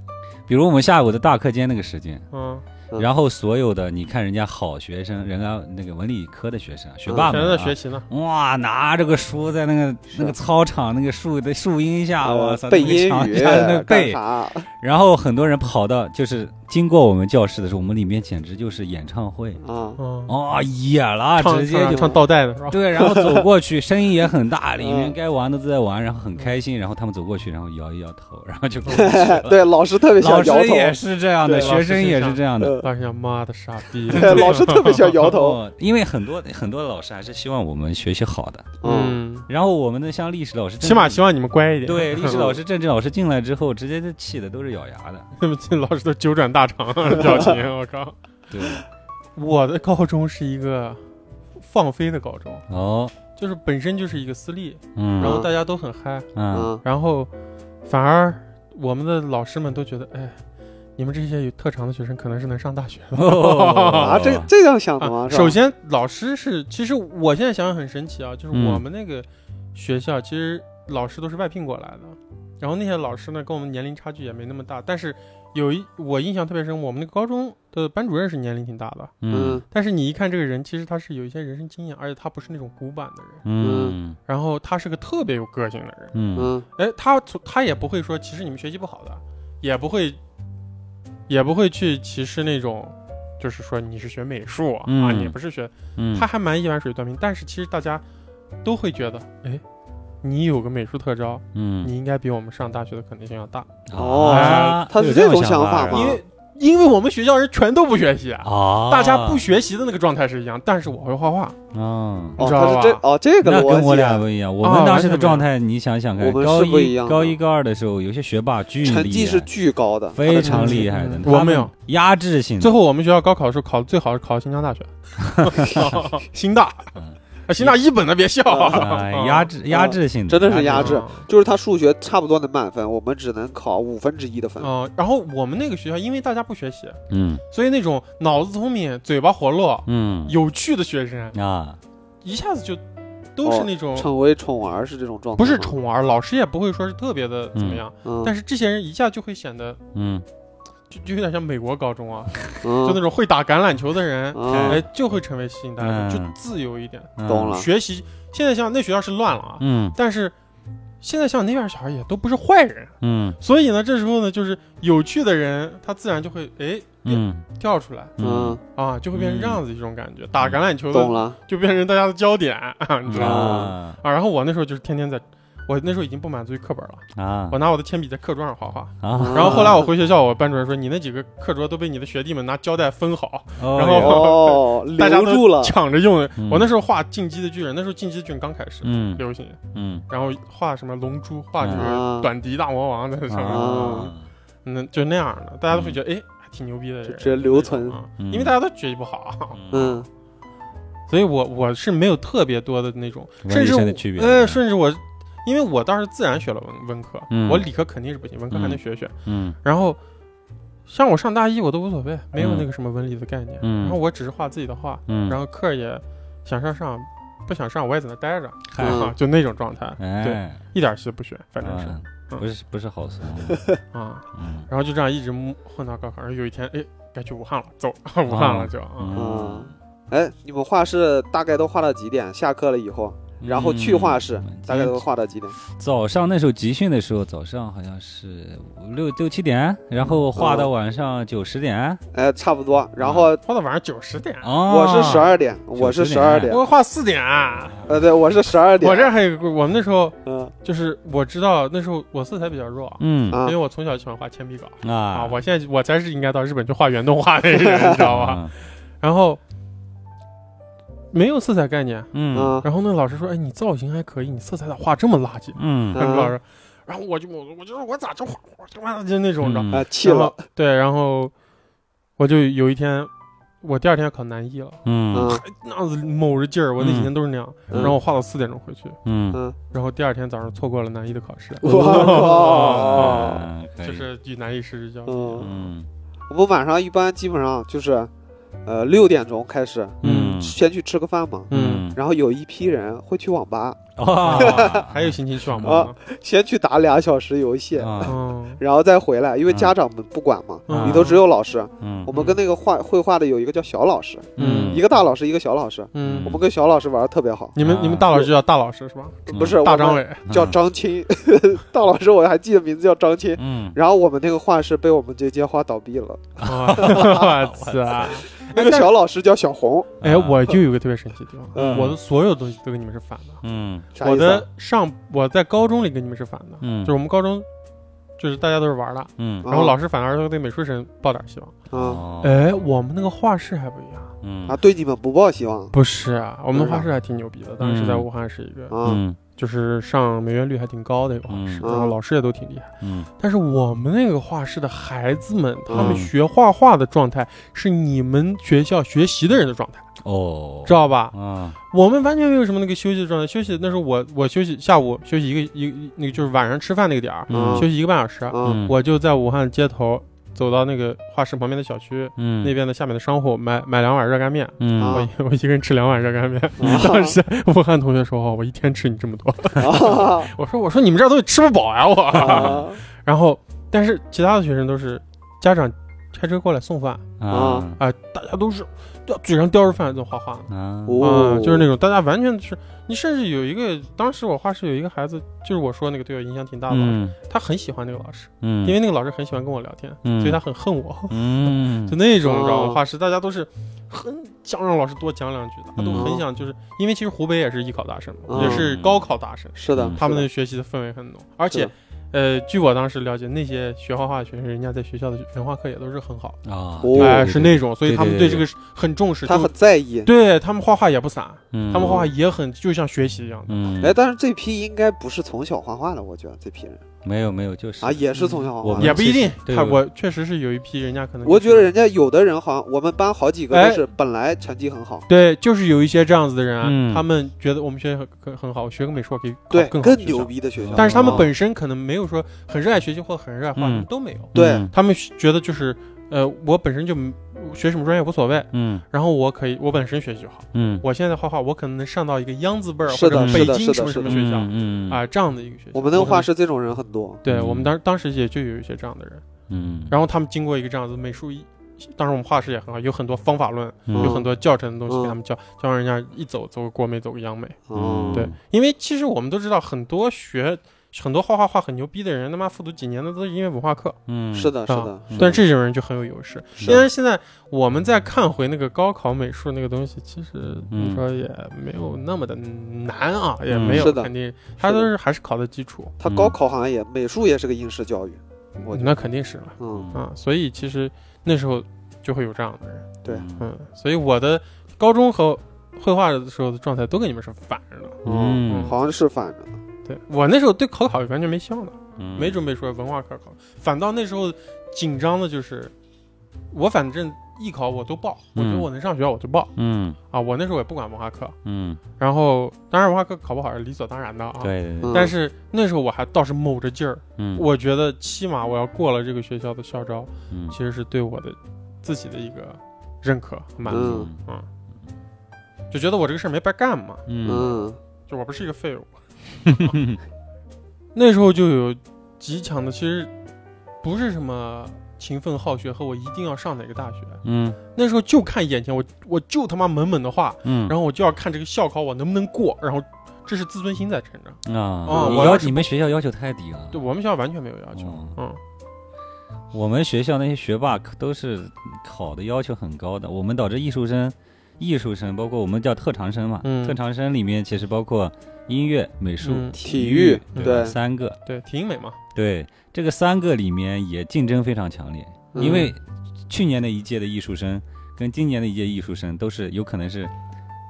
比如我们下午的大课间那个时间，嗯，嗯然后所有的你看人家好学生，人家那个文理科的学生啊，学霸全们、在啊，学习呢，哇，拿着个书在那个是那个操场那个树的树荫下，我呃操，背那个英墙语下在那干背，啥？啊然后很多人跑到就是经过我们教室的时候，我们里面简直就是演唱会，啊，嗯，哦，野了，唱直接唱就唱倒带的是吧？对，然后走过去，声音也很大，里面嗯该玩的都在玩，然后很开心，然后他们走过去，然后摇一摇头，然后就过去了。 对，老师特别喜老欢摇师头，也是这样的，对学生也是这样的。呃当时想哎妈的傻逼， 嗯对，老师特别喜欢摇头。哦，因为很多很多老师还是希望我们学习好的。嗯，嗯，然后我们的像历史老师，起码希望你们乖一点。 对历史老师、政治老师进来之后，直接就气的都是咬牙的。他们进老师都九转大肠 表情，我靠！对，我的高中是一个放飞的高中，哦，就是本身就是一个私立，嗯，然后大家都很嗨，嗯，嗯，然后反而我们的老师们都觉得，哎，你们这些有特长的学生可能是能上大学的。哦啊，这这样想的吗？啊是吧首，先，老师是，其实我现在想想很神奇啊，就是嗯我们那个学校，其实老师都是外聘过来的，然后那些老师呢，跟我们年龄差距也没那么大，但是有一我印象特别深，我们那个高中的班主任是年龄挺大的，嗯嗯但是你一看这个人，其实他是有一些人生经验，而且他不是那种古板的人，嗯然后他是个特别有个性的人，嗯嗯哎，他从他也不会说歧视你们学习不好的，也不会，也不会去歧视那种。就是说你是学美术啊，嗯你不是学嗯，他还蛮一碗水端平，但是其实大家都会觉得，哎，你有个美术特招，嗯你应该比我们上大学的可能性要大，哦啊他是有这种想想法啊吗因为因为我们学校人全都不学习，啊哦，大家不学习的那个状态是一样，但是我会画画，哦，你哦，知道他吧是这哦，这个那跟我逻俩辑，啊不一样。我们当时的状态，你想想看，我们高是不一一、样的高一、高二的时候，有些学霸巨成绩厉是害，巨高的，非常厉害的嗯。他们我没有压制性的，最后我们学校高考的时候考的最好是考新疆 大学，新大嗯，啊新大一本的别笑，哎 压制嗯压制性的，嗯真的是压制制。就是他数学差不多能满分，我们只能考五分之一的分。嗯，然后我们那个学校，因为大家不学习，嗯所以那种脑子聪明、嘴巴活络、嗯有趣的学生，啊一下子就都是那种、哦成为宠儿是这种状态，不是，宠儿，老师也不会说是特别的怎么样，嗯，但是是这些人一下就会显得嗯就就有点像美国高中啊，就那嗯，种会打橄榄球的人，嗯哎，就会成为吸引大家，嗯就自由一点，嗯懂了学习。现在像那学校是乱了啊，嗯但是现在像那边小孩也都不是坏人，嗯所以呢，这时候呢，就是有趣的人，他自然就会哎嗯跳出来嗯嗯，啊，就会变成这样子一种感觉，打嗯橄榄球懂的了，就变成大家的焦点，你知嗯道吗？啊啊，然后我那时候就是天天在，我那时候已经不满足于课本了，嗯啊我拿我的铅笔在课桌上画画。啊！然后后来我回学校，我班主任说你那几个课桌都被你的学弟们拿胶带封好，嗯然然后哦，大家留都住了， 抢着用的嗯。我那时候画《进击的巨人》，那时候《进击的巨人》刚开始嗯流行，嗯然后画什么龙珠，画什么啊短笛大魔王在上面，啊嗯，就那样的，大家都会觉得哎，还挺牛逼的就人，嗯直接留存，啊，嗯因为大家都学习不好，嗯，所以我我是没有特别多的那种，文甚理至上我的区别呃，甚至我，因为我当时自然学了文文科，嗯我理科肯定是不行，文科还能学学。嗯然后，像我上大一我都无所谓，没有嗯那个什么文理的概念，嗯然后我只是画自己的画，嗯，然后课也想上上，不想上我也在那待着，嗨啊就那种状态，哎，一点戏都不学，反正是嗯嗯不是不是好怂，啊， 嗯然后就这样一直混到高考，然后有一天哎。该去武汉了，走武汉了就啊，哦嗯，哎，你们画室大概都画到几点？下课了以后，然后去画室嗯大概都画到几点？早上那时候集训的时候，早上好像是五六六七点，然后画到晚上九十点。哎，差不多。然后画到晚上九十点，啊哦，我是十二点，我是九十十点哦二点，我画四点，啊呃，对，我是十二点。我这还有一个，我们那时候嗯就是我知道那时候我色彩比较弱，嗯因为啊我从小喜欢画铅笔稿啊，啊，我现在我才是应该到日本去画原动画 那个人，你知道啊吧？然后没有色彩概念，嗯嗯然后那老师说：“哎，你造型还可以，你色彩咋画这么垃圾嗯？”嗯老师，然后我就我我就说我咋就画嗯我他妈的就那种的，嗯哎啊，气然了后，对，然后我就有一天我第二天要考南艺了，嗯 嗯那样子卯着劲儿，我那几天都是那样，嗯然后我画到四点钟回去，嗯，嗯，然后第二天早上错过了南艺的考试，我靠！嗯，可以哦就是与南艺失之交臂。嗯，嗯我们晚上一般基本上就是，呃，六点钟开始，嗯先去吃个饭嘛。嗯，然后有一批人会去网吧，哦，还有心情去网吧啊吗？先去打俩小时游戏，啊嗯，然后再回来，因为嗯家长们不管嘛，嗯里头只有老师。嗯我们跟那个画绘画的有一个叫小老师，嗯一个大老师，一个小老师。嗯我们跟小老师玩的特别好，你们啊你们大老师就叫大老师是吧？嗯不是大我张 们伟，嗯叫张青， 大老师我还记得名字叫张青。嗯然后我们那个画室被我们这间画倒闭了，哦我操！那个小老师叫小红，哎，我就有个特别神奇的地方，嗯我的所有东西都跟你们是反的。嗯啥我意思啊的上我在高中里跟你们是反的，嗯就是我们高中就是大家都是玩的，嗯哦哦然后老师反而都对美术生抱点希望。啊哎，我们那个画室还不一样，嗯啊，对你们不抱希望不是啊，我们的画室还挺牛逼的。嗯当时在武汉是一个，啊，嗯就是上美院率还挺高的一个画室，嗯然后老师也都挺厉害。嗯但是我们那个画室的孩子们，他们嗯学画画的状态是你们学校学习的人的状态，哦知道吧？啊我们完全没有什么那个休息的状态，休息那时候我我休息下午休息一个一个那个就是晚上吃饭那个点儿，嗯休息一个半小时，啊我就嗯在武汉街头走到那个画室旁边的小区。嗯那边的下面的商户买买两碗热干面，嗯我啊一我一个人吃两碗热干面。 当时武汉同学说：“哦，我一天吃你这么多。啊”我说：“我说你们这儿东西吃不饱呀、我。 啊然后，但是其他的学生都是家长开车过来送饭啊啊、大家都是要嘴上叼着饭在画画呢。啊啊、哦，就是那种大家完全是，你甚至有一个，当时我画室有一个孩子，就是我说那个对我影响挺大的老师，嗯他很喜欢那个老师，嗯，因为那个老师很喜欢跟我聊天，嗯所以他很恨我，嗯就那种，你知道哦吗？画室大家都是很想让老师多讲两句的，他都嗯很想，就是因为其实湖北也是艺考大省嘛，嗯也是高考大省，是的，嗯他们是的的学习的氛围很浓，而是且的。呃，据我当时了解，那些学画画的学生，人家在学校的文化课也都是很好，啊哦哎，是那种，所以对他们对对对这个是很重视，他就很嗯在意。对他们画画也不散，他他们画画也很就像学习一样的。嗯哎，但是这批应该不是从小画画的，我觉得这批人没有没有就是啊，也是从小画我画们的。也不一定其实，对他我我确实是有一批人家可能，我觉得人家有的人好像我们班好几个哎都是本来成绩很好，对，就是有一些这样子的人啊，嗯他们觉得我们学习很很很好，我学个美术我可以考对，更好更的学校牛，逼的学校。但是他们哦本身可能没有说很热爱学习或很热爱画，嗯都没有，对嗯他们觉得就是呃，我本身就学什么专业无所谓，嗯然后我可以我本身学习就好，嗯我现在画画我可能能上到一个央字辈儿是或的者是北的京是的什么是什的么学校啊、嗯这样的一个学校，我们那个可能画室这种人很多。对嗯我们当当时也就有一些这样的人。嗯，然后他们经过一个这样子美术一，当时我们画室也很好，有很多方法论，嗯有很多教程的东西嗯给他们教，教让人家一走走个国美，走个央美。嗯哦，嗯对，因为其实我们都知道，很多学很多画画画很牛逼的人，他妈复读几年的都是因为文化课，嗯是的，是的啊，是的但是这种人就很有优势。是因为现在我们再看回那个高考美术那个东西，其实嗯你说也没有那么的难啊，也嗯没有是的肯定，他都是还是考的基础，他高考好像也美术也是个应试教育，我觉得那肯定是了嗯啊。所以其实那时候就会有这样的人。对嗯，所以我的高中和绘画的时候的状态都跟你们是反着的。嗯好像是反着的。对我那时候对考考完全没希望的，嗯没准备说文化课考，反倒那时候紧张的就是，我反正艺考我都报，我觉得嗯我能上学我就报嗯啊。我那时候也不管文化课，嗯然后当然文化课考不好是理所当然的啊。。对对嗯对但是那时候我还倒是卯着劲儿，嗯我觉得起码我要过了这个学校的校招，嗯其实是对我的自己的一个认可和满足，嗯就觉得我这个事儿没白干嘛。嗯嗯就我不是一个废 物。那时候就有极强的，其实不是什么勤奋好学和我一定要上哪个大学，嗯那时候就看眼前，我我就他妈猛猛的画，嗯，然后我就要看这个校考我能不能过，然后这是自尊心在成长。啊，哦你我要当时你们学校要求太低了。对我们学校完全没有要求，嗯嗯我们学校那些学霸可都是考的要求很高的，我们导致艺术生、艺术生，包括我们叫特长生嘛，嗯特长生里面其实包括音乐、美术、嗯体体育对对三个，对，体育美嘛，对这个三个里面也竞争非常强烈，嗯因为去年的一届的艺术生跟今年的一届艺术生都是有可能是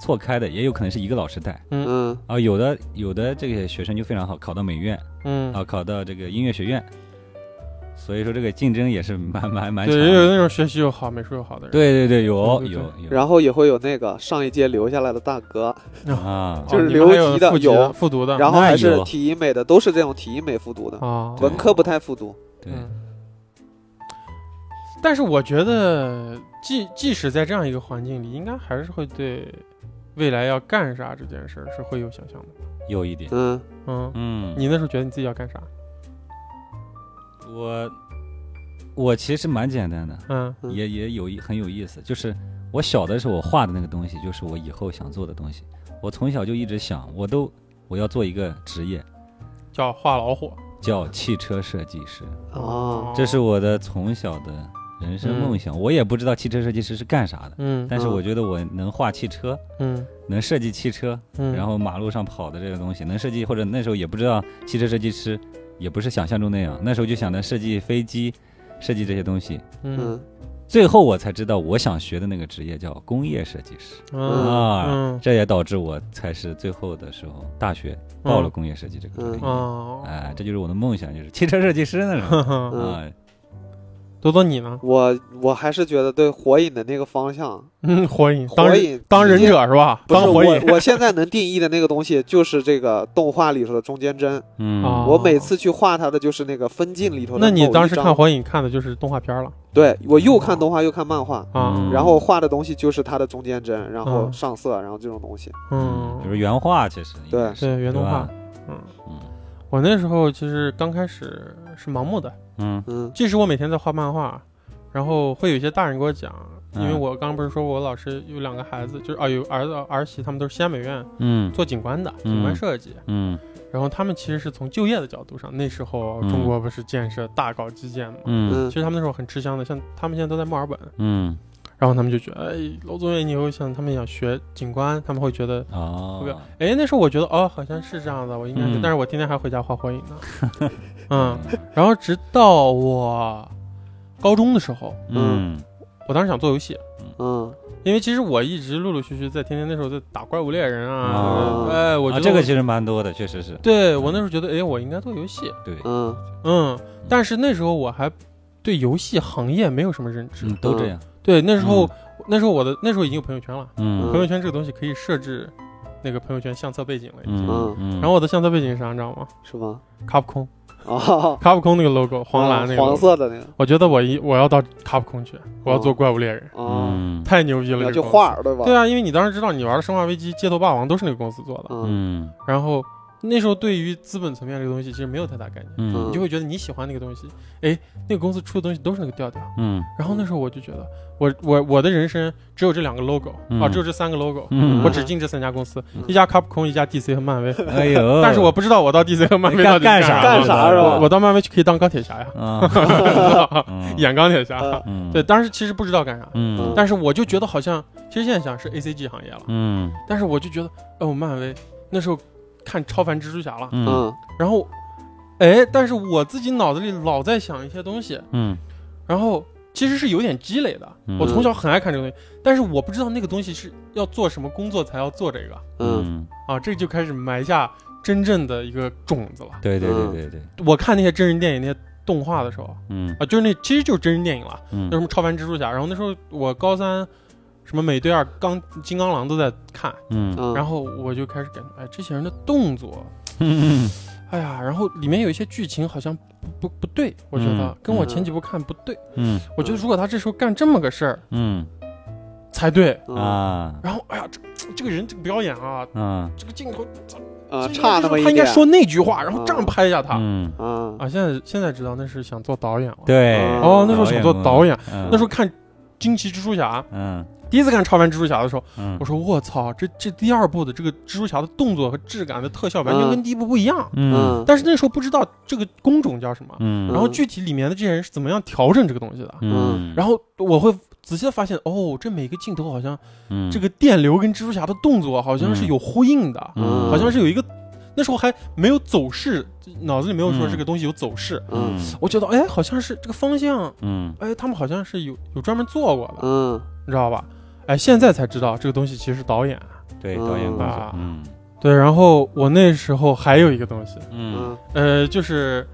错开的，也有可能是一个老师带嗯啊，有的有的这个学生就非常好，考到美院嗯啊，考到这个音乐学院。所以说这个竞争也是蛮蛮蛮强对，也有的。那种学习又好、美术又好的人。对对对，有对对对有有然后也会有那个上一届留下来的大哥，啊哦，就是你们还留级的复有复读的，然后那还是有啊体医美的，都是这种体医美复读的，啊，对文科不太复读。对，嗯但是我觉得，即即使在这样一个环境里，应该还是会对未来要干啥这件事儿是会有想象的。有一点。嗯，嗯，嗯，你那时候觉得你自己要干啥？我我其实蛮简单的，嗯嗯也也有一很有意思，就是我小的时候我画的那个东西，就是我以后想做的东西。我从小就一直想，我都我要做一个职业，叫画老虎。叫汽车设计师，哦，这是我的从小的人生梦想。我也不知道汽车设计师是干啥的，嗯但是我觉得我能画汽车，嗯能设计汽车，嗯，然后马路上跑的这个东西能设计，或者那时候也不知道汽车设计师也不是想象中那样，那时候就想着设计飞机，设计这些东西。嗯嗯最后我才知道，我想学的那个职业叫工业设计师嗯啊，嗯这也导致我才是最后的时候大学报了工业设计这个专业。哦，哎，这就是我的梦想，就是汽车设计师那种呵呵嗯，啊， 多多你呢？ 我我还是觉得对火影的那个方向，嗯，火影当火忍影当直忍接者是吧？不是当火影我，我现在能定义的那个东西就是这个动画里头的中间帧。嗯啊我每次去画它的就是那个分镜里头的某一那张。你当时看火影看的就是动画片了对我又看动画又看漫画，啊？嗯然后画的东西就是它的中间帧，然后嗯上色，然后这种东西。嗯，嗯，就是原画其实应该是对，原动画。吧嗯，嗯我那时候其实刚开始是盲目的，嗯嗯即使我每天在画漫画，然后会有一些大人给我讲，因为嗯我刚刚不是说我老师有两个孩子，就是啊有儿子儿媳，他们都是西安美院嗯做景观的，嗯景观设计，嗯然后他们其实是从就业的角度上，那时候嗯中国不是建设大搞基建嘛，嗯嗯其实他们那时候很吃香的，像他们现在都在墨尔本，嗯然后他们就觉得，哎，楼总远以后想他们想学景观，他们会觉得。哦不要哎，那时候我觉得哦，好像是这样的，我应该是，嗯但是我天天还回家画火影呢。 嗯，然后直到我高中的时候，嗯我当时想做游戏，嗯因为其实我一直陆陆续续在天天那时候在打怪物猎人啊啊，哎，我觉啊，得这个我其实蛮多的，确实是对我那时候觉得，哎，我应该做游戏，对，嗯嗯，但是那时候我还对游戏行业没有什么认知，嗯，都这样，对，那时候、那时候我的那时候已经有朋友圈了，嗯朋友圈这个东西可以设置那个朋友圈相册背景了已经，嗯嗯，然后我的相册背景是啥，你知道吗？是吗？卡普空，哦，啊卡普空那个 logo，黄蓝啊那个 logo 黄色的那个。我觉得我一我要到卡普空去，我要做怪物猎人，哦，嗯太牛逼了！然后就这个公司画儿对吧？对啊，因为你当时知道你玩的《生化危机》《街头霸王》都是那个公司做的，嗯嗯然后那时候对于资本层面这个东西其实没有太大概念，嗯你就会觉得你喜欢那个东西，哎，那个公司出的东西都是那个调调。嗯然后那时候我就觉得，我我我的人生只有这两个 logo 嗯啊，只有这三个 logo，嗯，我只进这三家公司嗯，一家卡普空，一家 DC 和漫威。哎 呦，哎但是我不知道我到 DC 和漫威到底干啥，干啥是吧我我到漫威去可以当钢铁侠 呀，啊，演钢铁侠。呃嗯，对，，当时其实不知道干啥，嗯但是我就觉得好像，其实现在想是 A C G 行业了，嗯但是我就觉得，哦，漫威那时候看超凡蜘蛛侠了，嗯嗯然后，哎，但是我自己脑子里老在想一些东西，嗯然后其实是有点积累的，嗯我从小很爱看这个东西，但是我不知道那个东西是要做什么工作才要做这个嗯嗯，啊，这就开始埋下真正的一个种子了。对对对对对，我看那些真人电影那些动画的时候嗯啊，就是那其实就是真人电影了。嗯那什么超凡蜘蛛侠，然后那时候我高三，什么美队二、钢金刚狼都在看，嗯嗯，然后我就开始感觉，哎，这些人的动作，嗯哎呀，然后里面有一些剧情好像不不不对，我觉得嗯跟我前几部看不对，嗯我觉得如果他这时候干这么个事儿嗯才对。嗯啊然后，哎呀，这这个人这个表演啊，啊这个镜头，操呃这个差那么一他应该点说那句话，然后嗯这样拍一下他嗯，啊啊。现在现在知道那是想做导演了，对，哦，那时候想做导演，那那时候看惊奇蜘蛛侠，嗯第一次看超凡蜘蛛侠的时候。嗯我说我操，这这第二部的这个蜘蛛侠的动作和质感的特效完全嗯跟第一部不一样。嗯嗯，但是那时候不知道这个工种叫什么，嗯，然后具体里面的这些人是怎么样调整这个东西的。嗯，然后我会仔细的发现，哦，这每个镜头好像嗯这个电流跟蜘蛛侠的动作好像是有呼应的，嗯好像是有一个。那时候还没有走势，脑子里没有说这个东西有走势。嗯我觉得，哎，好像是这个方向，嗯哎，他们好像是有有专门做过的，嗯你知道吧？哎，现在才知道这个东西其实是导演。对导演工作，嗯对，然后我那时候还有一个东西，嗯嗯呃，就是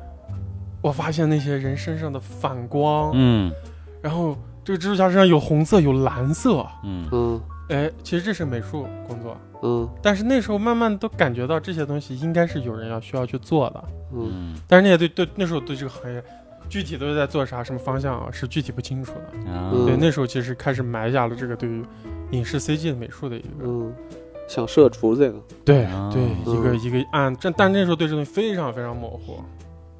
我发现那些人身上的反光，嗯然后这个蜘蛛侠身上有红色有蓝色，嗯嗯哎，其实这是美术工作，嗯但是那时候慢慢都感觉到这些东西应该是有人要需要去做的，嗯嗯但是那些对对那时候对这个行业具体都是在做啥什么方向啊是具体不清楚的。啊嗯对，那时候其实开始埋下了这个对于影视 CG 的美术的一个、嗯，想射除这个，对、啊对一个嗯一个暗，但但那时候对这东西非常非常模糊，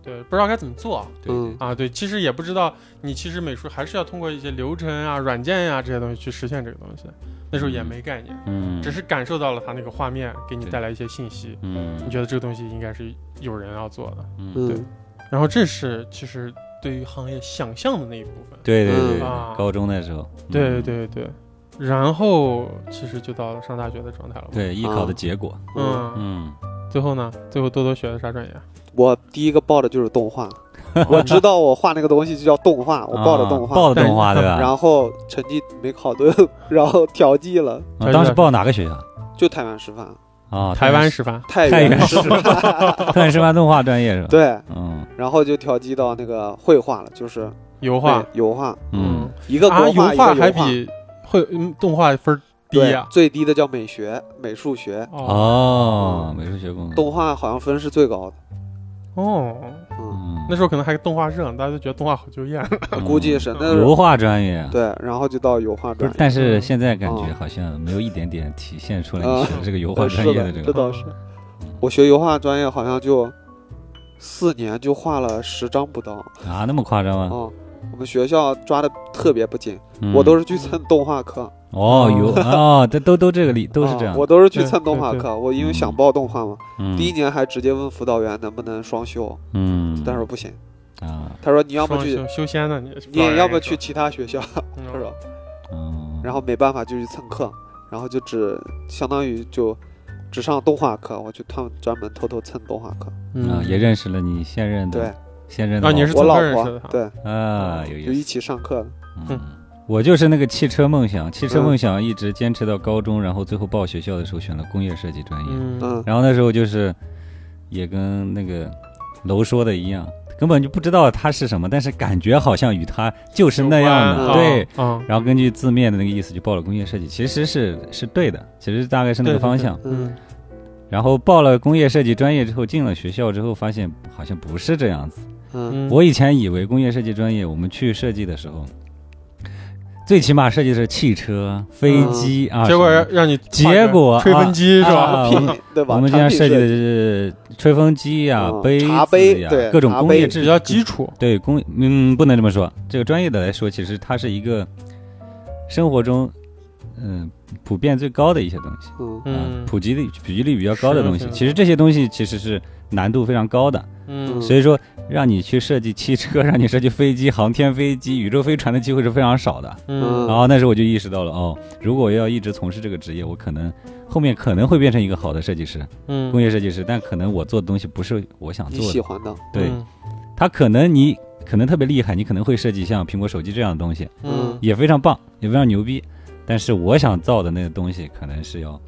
对，不知道该怎么做对对嗯啊。对，其实也不知道你其实美术还是要通过一些流程啊、软件呀、这些东西去实现这个东西。那时候也没概念，嗯，只是感受到了它那个画面给你对带来一些信息，你嗯觉得这个东西应该是有人要做的。嗯嗯然后这是其实对于行业想象的那一部分。对对对，对啊高中的时候，嗯对对对，然后其实就到了上大学的状态了。，对艺考的结果，嗯，嗯，最后呢，最后多多学的啥专业啊？我第一个报的就是动 画，我知道我画那个东西就叫动画，我报的动啊报画，的动画对吧？然后成绩没考对， 然后调剂了，啊当时报哪个学校就台湾师范，啊？台湾师范。太太原原师范，台湾师范动画专业是吧？， 对，嗯然后就调剂到那个绘画了，就是油画对，油画，嗯，一个啊，国画，一画个还油画，比绘嗯动画分儿低啊对呀，。最低的叫美学、美术学，哦哦，美术学工作，动画好像分是最高的，哦，嗯，嗯，那时候可能还动画热，大家都觉得动画好就业。嗯估计是那油画专业。对，然后就到油画不专是，业，但是现在感觉好像没有一点点体现出来你学的这个油画呃专是业的，的这这个，倒是。我学油画专业好像就四年就画了十张不到啊、啊，那么夸张吗？哦我们学校抓的特别不紧，嗯我都是去蹭动画课，哦有哦，这都都这个理都是啊这样的。我都是去对蹭动画对对课。我因为想嗯报动画嘛，嗯第一年还直接问辅导员能不能双修，嗯，但是不行，啊他说你要么双去，修修仙呢？你你也要么去其他学校，嗯他说，嗯，然后没办法就去蹭课，然后就只相当于就只上动画课，我去他们专门偷偷蹭动画课，嗯啊也认识了你现任的嗯对现任的啊你老是我蹭老课认识婆的哈对，婆啊有就一意思。起上课的，嗯，我就是那个汽车梦想，汽车嗯梦想一直坚持到高中，然后最后报学校的时候选了工业设计专业。嗯嗯然后那时候就是也跟那个楼说的一样，根本就不知道它是什么，但是感觉好像与它就是那样有的，关对。啊，然后根据字面的那个意思，就报了工业设计，其实是是对的，其实大概是那对个对方对向。嗯嗯然后报了工业设计专业之后，进了学校之后，发现好像不是这样子。嗯嗯，我以前以为工业设计专业，我们去设计的时候，最起码设计的是汽车、飞机啊嗯什么的。结果让让你结果吹风机是吧？啊品对吧？我们经产常品设计的计是吹风机呀、嗯杯茶子杯呀、对各种茶工业杯制比较基础，对工嗯，不能这么说。这个专业的来说，其实它是一个生活中嗯、普遍最高的一些东西。嗯啊嗯，普及率普及率比较高的东是西的，其实这些东西其实是难度非常高的，嗯所以说让你去设计汽车，让你设计飞机、航天飞机、宇宙飞船的机会是非常少的。嗯嗯然后那时候我就意识到了，哦，如果我要一直从事这个职业，我可能后面可能会变成一个好的设计师、嗯，工业设计师，但可能我做的东西不是我想你做喜的。欢的，对嗯他可能你可能特别厉害，你可能会设计像苹果手机这样的东西，嗯也非常棒，也非常牛逼。但是我想造的那个东西，可能是要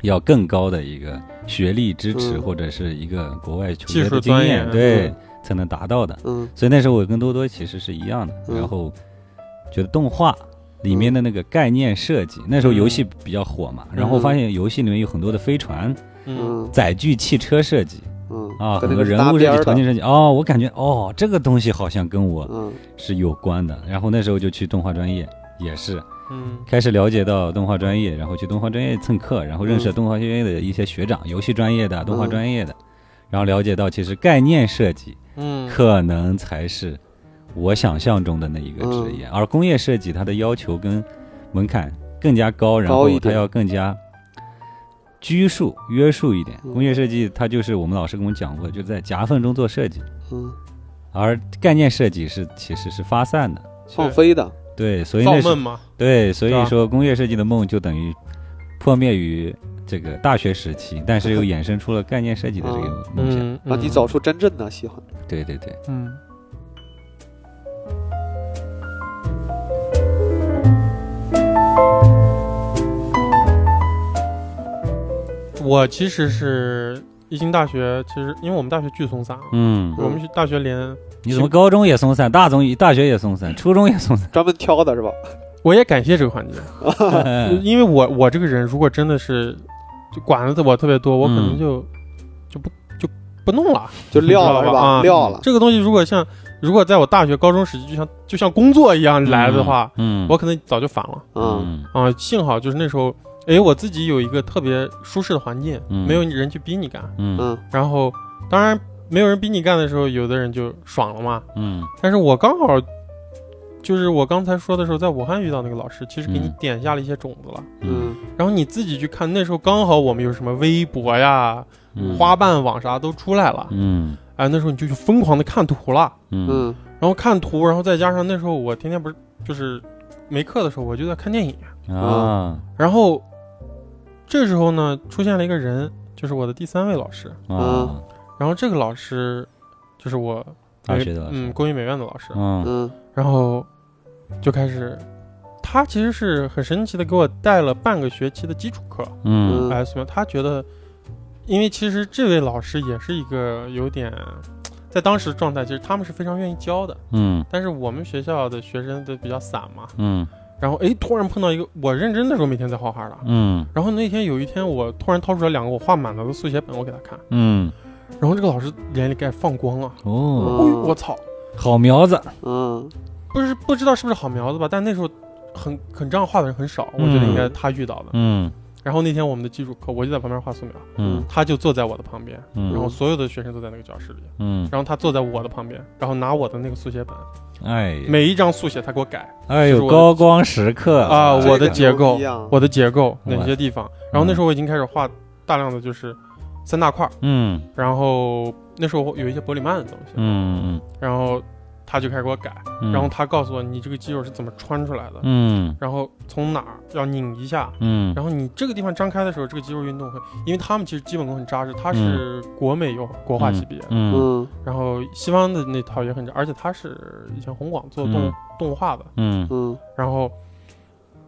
要更高的一个学历支持，嗯或者是一个国外求学技术的经专业验，对，才能达到的。嗯所以那时候我跟多多其实是一样的，嗯然后觉得动画里面的那个概念设嗯计，那时候游戏比较火嘛，然后发现游戏里面有很多的飞船、嗯嗯载具、汽车设计嗯啊，跟那很多个是人搭物边设计、儿场景的，设计，哦，我感觉哦，这个东西好像跟我嗯是有关的。然后那时候就去动画专业，也是嗯开始了解到动画专业，然后去动画专业蹭课，然后认识了动画专业的一些学长，游戏专业的、动画嗯专业的，然后了解到其实概念设计。嗯，可能才是我想象中的那一个职嗯业。而工业设计它的要求跟门槛更加高，然后一它点要更加拘束、约束一点。嗯工业设计它就是我们老师跟我们讲过，就在夹缝中做设计，嗯而概念设计是其实是发散的。放飞的，对，所以造那梦是嘛，对，所是以吧说工业设计的梦就等于破灭于这个大学时期，但是又衍生出了概念设计的这个梦想。嗯，让你找出真正的喜欢的。对对对，嗯。我其实是一心大学其实因为我们大学巨松散啊，嗯，我们大学连你怎么高中也松散，大中大学也松散，初中也 松散？专门挑的是吧？我也感谢这个环节，哎因为我我这个人如果真的是就管的我特别多，我可能嗯就、就不就不弄了。就撂了知是道吧啊吧？撂了，这个东西如果像如果在我大学、高中时期就像就像工作一样来的话，， 嗯，我可能早就反了嗯，嗯啊。幸好就是那时候，哎，我自己有一个特别舒适的环境，嗯没有人去逼你干。嗯嗯然后当然没有人逼你干的时候，有的人就爽了嘛。嗯但是我刚好。就是我刚才说的时候，在武汉遇到那个老师，其实给你嗯点下了一些种子了。嗯嗯然后你自己去看，那时候刚好我们有什么微博呀、嗯，花瓣网啥都出来了，嗯哎，那时候你就去疯狂的看图了，嗯嗯然后看图，然后再加上那时候我天天不是就是没课的时候，我就在看电影，嗯啊然后这时候呢出现了一个人，就是我的第三位老师，啊，然后这个老师就是我大学的老嗯师，工艺美院的老师，嗯嗯然后就开始。他其实是很神奇的，给我带了半个学期的基础课，嗯哎，什么？他觉得，因为其实这位老师也是一个有点，在当时状态，其实他们是非常愿意教的，嗯但是我们学校的学生都比较散嘛。嗯然后哎，突然碰到一个我认真的时候，每天在画画的。嗯然后那天有一天，我突然掏出来两个我画满了的速写本，我给他看，嗯，然后这个老师眼里开始放光了。哦，哦、嗯我操！好苗子，嗯不是不知道是不是好苗子吧，但那时候很很这样画的人很少，我觉得应该他遇到的。嗯然后那天我们的基础课，我就在旁边画素描，嗯他就坐在我的旁边，嗯，然后所有的学生都在那个教室里，嗯，然后他坐在我的旁边，然后拿我的那个速写本，哎每一张速写他给我改哎呦，高光时刻啊嗯这我的个结牛构逼啊我的结构哇哪些地方，然后那时候我已经开始画大量的就是三大块儿，嗯然后那时候有一些伯里曼的东西，嗯然后他就开始给我改，嗯，然后他告诉我你这个肌肉是怎么穿出来的，嗯然后从哪儿要拧一下。嗯，然后你这个地方张开的时候，这个肌肉运动会，因为他们其实基本功很扎实，他是国美油国画系毕业的，嗯嗯然后西方的那套也很，而且他是以前红广做动、嗯动画的，嗯嗯然后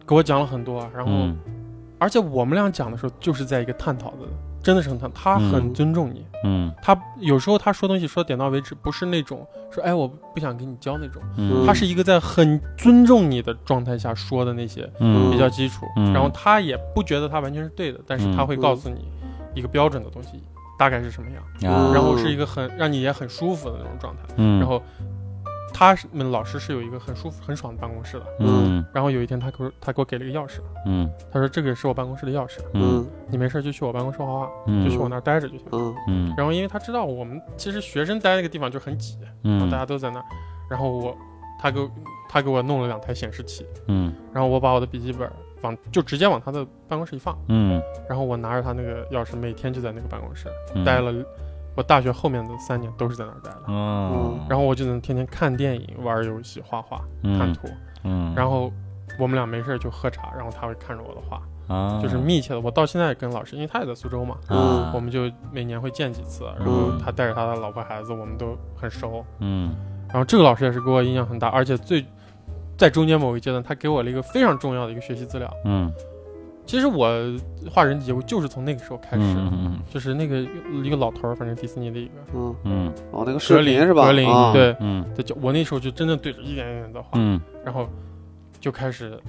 给我讲了很多，啊然后、嗯而且我们俩讲的时候就是在一个探讨的，真的是很探，他很嗯尊重你，嗯他有时候他说东西说点到为止，不是那种说哎我不想给你教那种，嗯，他是一个在很尊重你的状态下说的那些比较基础，嗯然后他也不觉得他完全是对的，但是他嗯会告诉你一个标准的东西大概是什么样，啊，然后是一个很让你也很舒服的那种状态。嗯，然后他是们老师是有一个很舒服、很爽的办公室的。嗯然后有一天他给我他给我给了一个钥匙，嗯他说这个是我办公室的钥匙，嗯嗯你没事就去我办公室画画，就去嗯我那儿待着就行。嗯嗯，然后因为他知道我们其实学生待那个地方就很挤，然后嗯大家都在那儿，然后我他给我他给我弄了两台显示器，嗯然后我把我的笔记本往就直接往他的办公室一放，嗯然后我拿着他那个钥匙，每天就在那个办公室嗯，待了，我大学后面的三年都是在那儿待的。嗯，然后我就能天天看电影、玩游戏、画画、看嗯图，嗯，然后我们俩没事儿就喝茶，然后他会看着我的画，啊，就是密切的。我到现在也跟老师，因为他也在苏州嘛，啊，我们就每年会见几次，然后他带着他的老婆孩子，我们都很熟。嗯然后这个老师也是给我影响很大，而且最在中间某个阶段，他给我了一个非常重要的一个学习资料。嗯其实我画人体结构就是从那个时候开始，嗯就是那个一个老头儿，反正迪士尼的一个嗯，嗯哦，那个视格频林是吧？格林、啊，对，嗯他就我那时候就真的对着一点一点的画，嗯然后就开始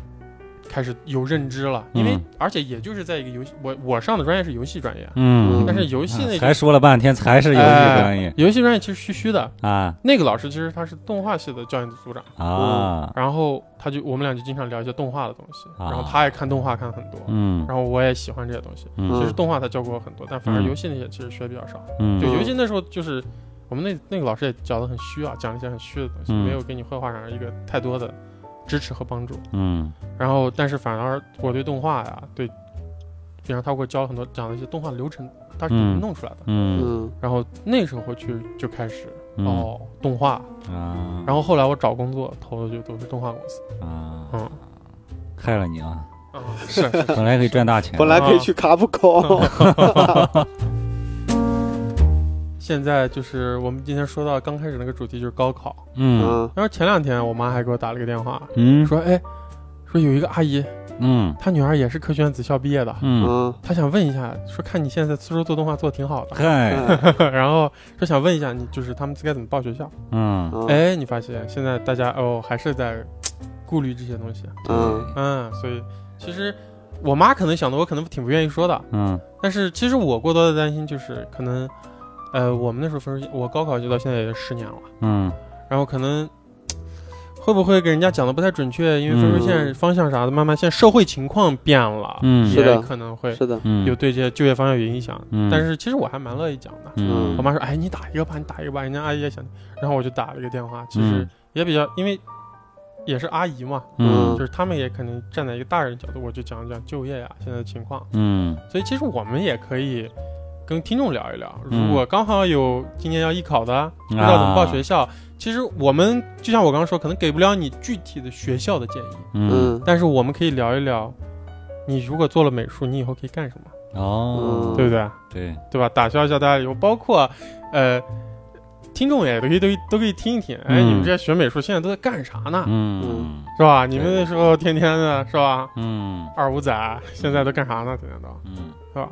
开始有认知了，因为、嗯而且也就是在一个游戏，我我上的专业是游戏专业，啊嗯，但是游戏那种、还说了半天才是游戏专业游戏专业其实虚虚的。啊那个老师其实他是动画系的教研组组长，啊，然后他就我们俩就经常聊一些动画的东西，啊然后他也看动画看很多，嗯然后我也喜欢这些东西。嗯其实动画他教过我很多，但反而嗯游戏那些其实学比较少。嗯对，嗯尤其那时候就是我们那那个老师也教的很虚啊，讲一些很虚的东西，嗯没有给你绘画上一个太多的支持和帮助。嗯然后，但是反而我对动画呀，对，比方他给我教了很多讲的一些动画流程，它是怎么嗯弄出来的。嗯嗯然后那时候去就开始、嗯哦动画，啊，然后后来我找工作投的就都是动画公司。啊，嗯害了你啊！啊，是是 是，本来可以赚大钱，啊本来可以去卡布口，现在就是我们今天说到刚开始那个主题就是高考，嗯嗯然后前两天我妈还给我打了个电话，嗯说哎，说有一个阿姨嗯他女儿也是科学院子校毕业的，嗯，啊，他想问一下，说看你现在说做动画做得挺好的，嗨，哎 然后说想问一下你，就是他们该怎么报学校？嗯，嗯哎，你发现现在大家哦还是在嘖顾虑这些东西，嗯对，嗯，所以其实我妈可能想的我可能挺不愿意说的，嗯但是其实我过多的担心就是可能，呃，我们那时候分数线，我高考就到现在也十年了，嗯然后可能。嘖会不会给人家讲的不太准确？因为分数线嗯方向啥的，慢慢现在社会情况变了，嗯是的也可能会是的，嗯，有对这些就业方向有影响。嗯但是其实我还蛮乐意讲的。嗯我妈说：“哎，你打一个吧，你打一个吧。”人家阿姨也想，然后我就打了一个电话，其实嗯也比较，因为也是阿姨嘛，嗯就是他们也可能站在一个大人角度，我就讲一讲就业呀、啊现在的情况。嗯所以其实我们也可以跟听众聊一聊，嗯啊如果刚好有今年要艺考的，不知道怎么报学校，其实我们就像我刚刚说，可能给不了你具体的学校的建议，嗯嗯但是我们可以聊一聊，你如果做了美术，你以后可以干什么，哦嗯对不对？对，对吧？打消一下大家以后，包括呃，听众也都可以都可以都可以听一听。哎，嗯你们这些学美术现在都在干啥呢？嗯是吧？你们那时候天天的是吧？嗯二五仔现在都干啥呢？天天都嗯，是吧？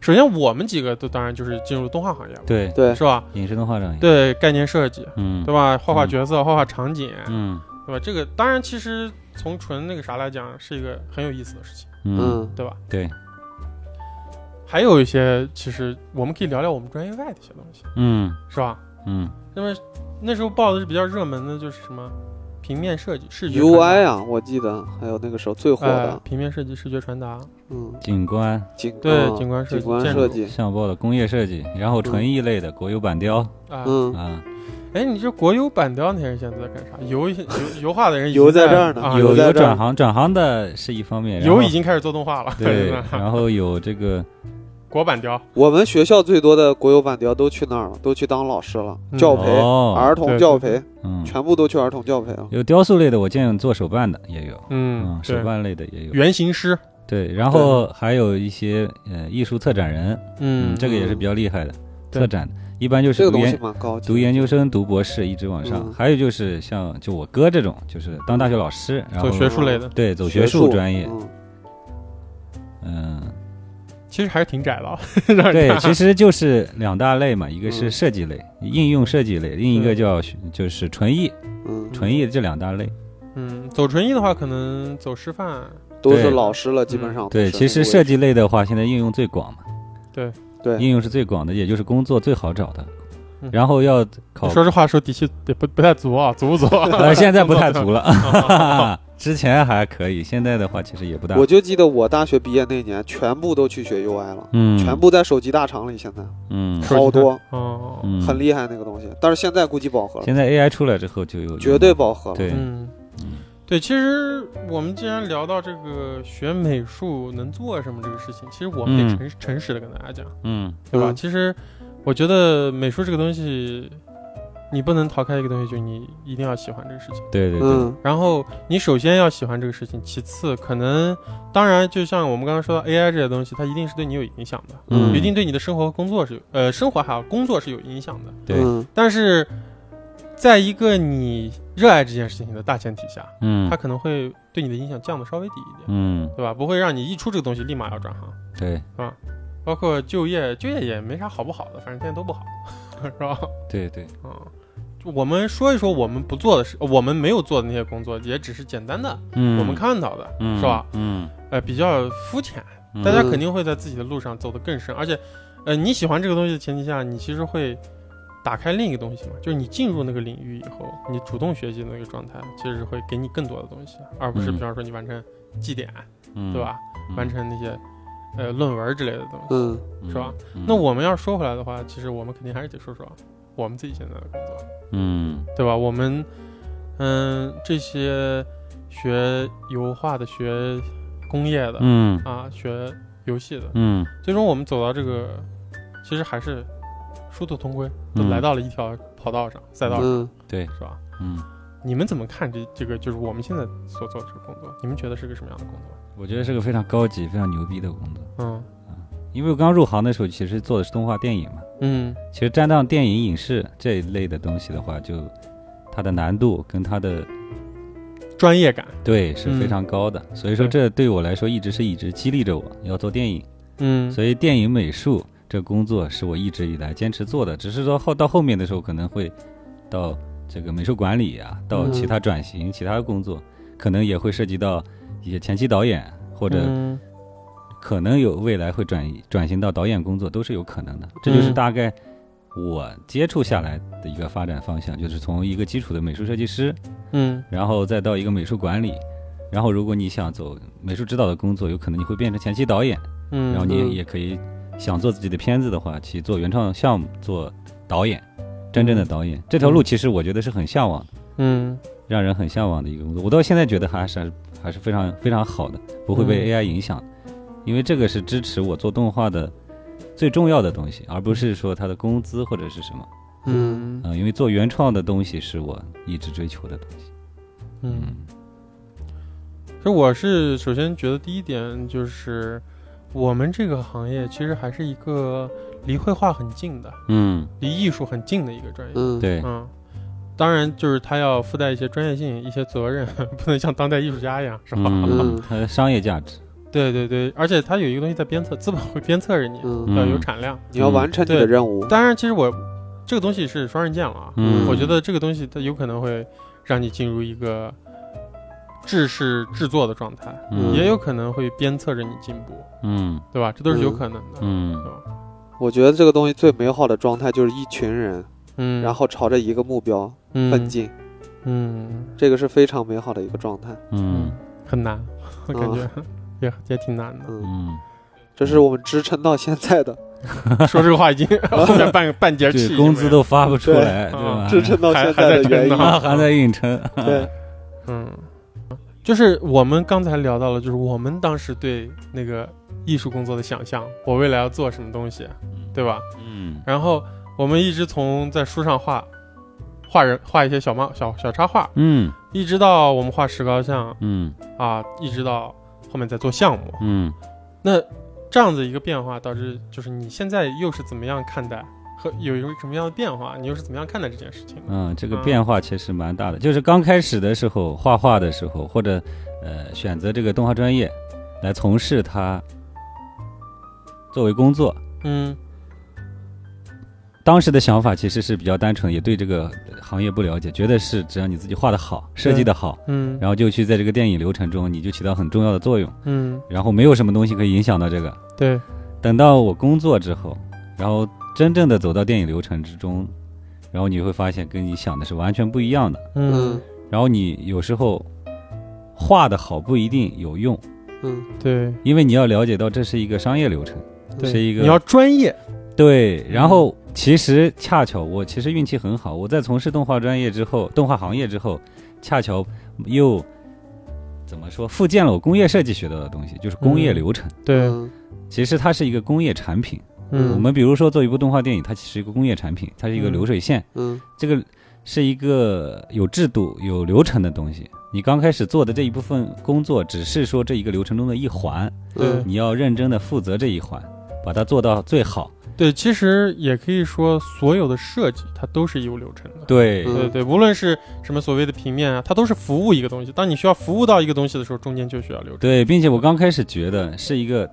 首先我们几个都当然就是进入动画行业了，对，对，是吧？影视动画上也，对概念设计，嗯对吧？画画角色，画画场景，嗯对吧？这个当然其实从纯那个啥来讲，是一个很有意思的事情，嗯嗯对吧？对，还有一些其实我们可以聊聊我们专业外的一些东西，嗯是吧？嗯那么那时候报的是比较热门的，就是什么平面设计、视觉传达，UI 啊，我记得还有那个时候最火呃的，平面设计、视觉传达，嗯，景观景对嗯景观设计景观建设筑计，上报的工业设计，然后纯艺类的国有板雕啊、嗯，啊，哎，你这国有板雕那些人现在在干啥？ 油油油画的人已经油在这儿呢油啊、有在有这儿转行，转行的是一方面，然后油已经开始做动画了，，对 然后有这个国板雕，我们学校最多的国有板雕都去那儿了，都去当老师了，嗯教培、哦儿童教培，嗯，全部都去儿童教培了。有雕塑类的，我见做手办的也有，嗯嗯，，手对，办类的也有，原型师，对，然后还有一些呃艺术策展人，嗯，这个也是比较厉害的，对策展的一般就是这个读东西研蛮高级的，读研究生、读博士一直往上，嗯还有就是像就我哥这种，就是当大学老师，然后做学术类的，对走学学术专业，嗯嗯，其实还是挺窄的 啊，让人 对，看其实就是两大类嘛，一个是嗯设计类、应用设计类，另一个嗯叫学就是纯艺嗯，纯艺这两大类。嗯，走纯艺的话，可能走师范，都对嗯是老师了，基本上都对，是其实设计类的话，现在应用最广嘛，应对用是最广的，也就是工作最好找的嗯。然后要考你，说这话的时候底气也不不太足啊，足不足？ 呃，现在不太足啊，了， 之前还可以，现在的话其实也不大。我就记得我大学毕业那年，全部都去学 UI 了，嗯，全部在手机大厂里，现在嗯手机超多，哦，嗯，很厉害那个东西。但是现在估计饱和了，现在 AI 出来之后就有绝对饱和了。对，嗯嗯，对，其实我们既然聊到这个学美术能做什么这个事情，其实我们得嗯诚、诚实的跟大家讲，嗯对吧？嗯其实我觉得美术这个东西，你不能逃开一个东西，就是你一定要喜欢这个事情。对对对，嗯然后你首先要喜欢这个事情，其次可能，当然就像我们刚刚说到 AI 这些东西，它一定是对你有影响的，嗯一定对你的生活和工作是有，呃，生活还有工作是有影响的。对嗯但是，在一个你热爱这件事情的大前提下，嗯它可能会对你的影响降的稍微低一点，嗯对吧？不会让你一出这个东西立马要转行。对包括就业，就业也没啥好不好的，反正现在都不好， 是吧？对对，嗯，就我们说一说我们不做的事，我们没有做的那些工作，也只是简单的、嗯，我们看到的，嗯是吧？嗯，呃，比较肤浅。嗯大家肯定会在自己的路上走得更深，而且，呃，你喜欢这个东西的前提下，你其实会打开另一个东西嘛，就是你进入那个领域以后，你主动学习的那个状态，其实会给你更多的东西，而不是嗯比方说你完成绩点，嗯对吧？嗯完成那些呃论文之类的东西。嗯是吧？嗯那我们要说回来的话，其实我们肯定还是得说说我们自己现在的工作，嗯对吧？我们嗯，这些学油画的、学工业的、嗯啊，学游戏的，嗯最终我们走到这个，其实还是殊途同归，都嗯来到了一条跑道上、赛道上，嗯，对，是吧？嗯，你们怎么看这这个？就是我们现在所做的这个工作，你们觉得是个什么样的工作？我觉得是个非常高级、非常牛逼的工作，嗯因为我刚入行的时候其实做的是动画电影嘛，嗯其实沾到电影、影视这一类的东西的话，就它的难度跟它的专业感。对，是非嗯常高的。所以说，这对我来说一直是一直激励着我要做电影。嗯所以电影美术这工作是我一直以来坚持做的，只是说后到后面的时候可能会到这个美术管理啊，到嗯其他转型、其他工作，可能也会涉及到一些前期导演，或或者嗯可能有未来会转转型到导演工作，都是有可能的。这就是嗯大概我接触下来的一个发展方向，就是从一个基础的美术设计师，嗯然后再到一个美术管理。然后，如果你想走美术指导的工作，有可能你会变成前期导演，嗯，然后你嗯也可以想做自己的片子的话，去做原创项目，做导演，真正的导演。这条路其实我觉得是很向往的，嗯让人很向往的一个工作。我到现在觉得还是还是非常非常好的，不会被 AI 影响，因为这个是支持我做动画的最重要的东西，而不是说它的工资或者是什么。嗯嗯、因为做原创的东西是我一直追求的东西。嗯。嗯其实我是首先觉得第一点就是，我们这个行业其实还是一个离绘画很近的，嗯，离艺术很近的一个专业。嗯，，对，嗯，当然就是它要附带一些专业性、一些责任， 不能像当代艺术家一样，是吧？嗯嗯，它的商业价值，对对对，而且它有一个东西在鞭策，资本会鞭策着你，嗯，嗯要有产量。你要完成你的对任务，当然，其实我这个东西是双刃剑了啊，嗯，我觉得这个东西它有可能会让你进入一个制式制作的状态，嗯也有可能会鞭策着你进步。嗯对吧？这都是有嗯可能的。嗯我觉得这个东西最美好的状态就是一群人，嗯，然后朝着一个目标奋嗯进，嗯这个是非常美好的一个状态。嗯很难，我感觉也 也挺难的。嗯，嗯。这是我们支撑到现在的，说这个 话已经后面半半截气，对，工资都发不出来，对对吧？ 支 撑到还现还在的原撑因呢。啊，还在硬撑，对，嗯，就是我们刚才聊到了，就是我们当时对那个艺术工作的想象，我未来要做什么东西，对吧？嗯然后我们一直从在书上画。画人画一些小漫小小插画， 嗯一直到我们画石膏像嗯啊，一直到后面在做项目，嗯那这样子一个变化，导致就是你现在又是怎么样看待和有一个什么样的变化？你又是怎么样看待这件事情的？嗯，这个变化其实蛮大的。就是刚开始的时候，画画的时候，或者呃选择这个动画专业来从事它作为工作，嗯当时的想法其实是比较单纯，也对这个行业不了解，觉得是只要你自己画的好，设计的好，嗯然后就去在这个电影流程中，你就起到很重要的作用，嗯，然后没有什么东西可以影响到这个。对，等到我工作之后，然后真正的走到电影流程之中，然后你会发现跟你想的是完全不一样的。嗯嗯然后你有时候画的好不一定有用，嗯对因为你要了解到这是一个商业流程，对，是一个你要专业，对。然后其实恰巧我其实运气很好，我在从事动画专业之后，动画行业之后，恰巧又怎么说复健了我工业设计学到的东西，就是工业嗯流程。对，嗯其实它是一个工业产品。嗯我们比如说做一部动画电影，它其实是一个工业产品，它是一个嗯流水线，嗯这个是一个有制度、有流程的东西。你刚开始做的这一部分工作，只是说这一个流程中的一环，对嗯你要认真的负责这一环，把它做到最好。对，其实也可以说，所有的设计它都是有流程的。对嗯对对，无论是什么所谓的平面啊，它都是服务一个东西。当你需要服务到一个东西的时候，中间就需要流程。对，并且我刚开始觉得是一个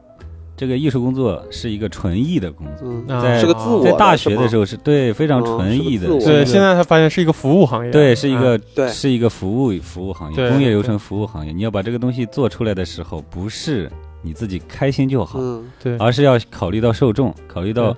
这个艺术工作是一个纯艺的工作，嗯，啊在是个自我在的大是学吗的时候是对非常哦纯是个艺的自，我嗯是对，一个现在才发现是一个服务行业。对，是一个、对是一个服务服务行业，对工业流程服务行业。你要把这个东西做出来的时候，不是你自己开心就好，嗯对，而是要考虑到受众，考虑到对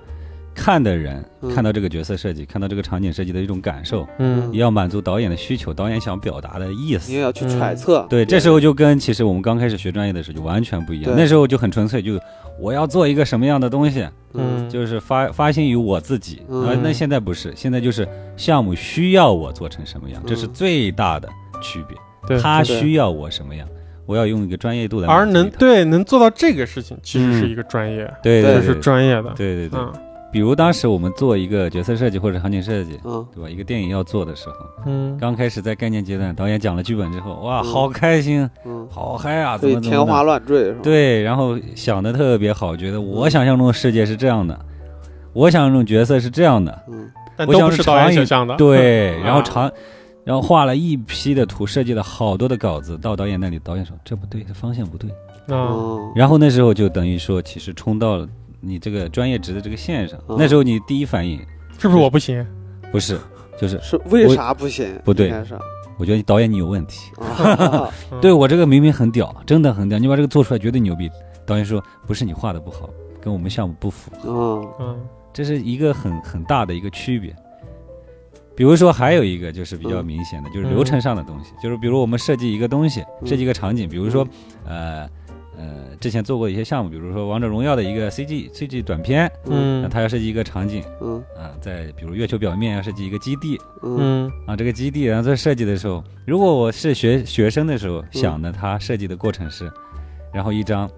看的人，嗯看到这个角色设计，看到这个场景设计的一种感受，嗯也要满足导演的需求，导演想表达的意你也思。要去揣测，嗯对，这时候就跟其实我们刚开始学专业的时候就完全不一样，对那时候就很纯粹，就我要做一个什么样的东西，嗯嗯，就是发发心于我自己。啊嗯而那现在不是，现在就是项目需要我做成什么样，嗯这是最大的区别。对他对需要我什么样，我要用一个专业度来而满足能他对能做到这个事情，其实是嗯一个专业，对对这对是对专业的。对对对。嗯比如当时我们做一个角色设计或者场景设计，嗯对吧？一个电影要做的时候，嗯，刚开始在概念阶段，导演讲了剧本之后，哇，嗯好开心，嗯，好嗨啊，怎所以么怎天么花的？乱坠是吧？，嗯对，然后想的特别好，觉得我想象中的世界是这样的，我想象中角色是这样的，嗯但我都想不是是导长演一想象的。对，啊然后长然后画了一批的图，设计了好多的稿子到导演那里，导演说这不对，这方向不对。啊，嗯，然后那时候就等于说，其实冲到了你这个专业值的这个线上。嗯那时候你第一反应是不是我不行？不是，就是是为啥不行？不对应该是啊我觉得你导演你有问题。啊， 嗯对我这个明明很屌，真的很屌，你把这个做出来绝对牛逼。导演说不是你画的不好，跟我们项目不符，嗯嗯这是一个很很大的一个区别。比如说还有一个就是比较明显的，就是流程上的东西，就是比如我们设计一个东西，嗯设计一个场景，比如说呃呃之前做过一些项目，比如说王者荣耀的一个 CG CG 短片，那 嗯他要设计一个场景嗯啊，在比如月球表面要设计一个基地嗯嗯啊，这个基地然后在设计的时候，如果我是学学生的时嗯候想的，他设计的过程是，然后一张。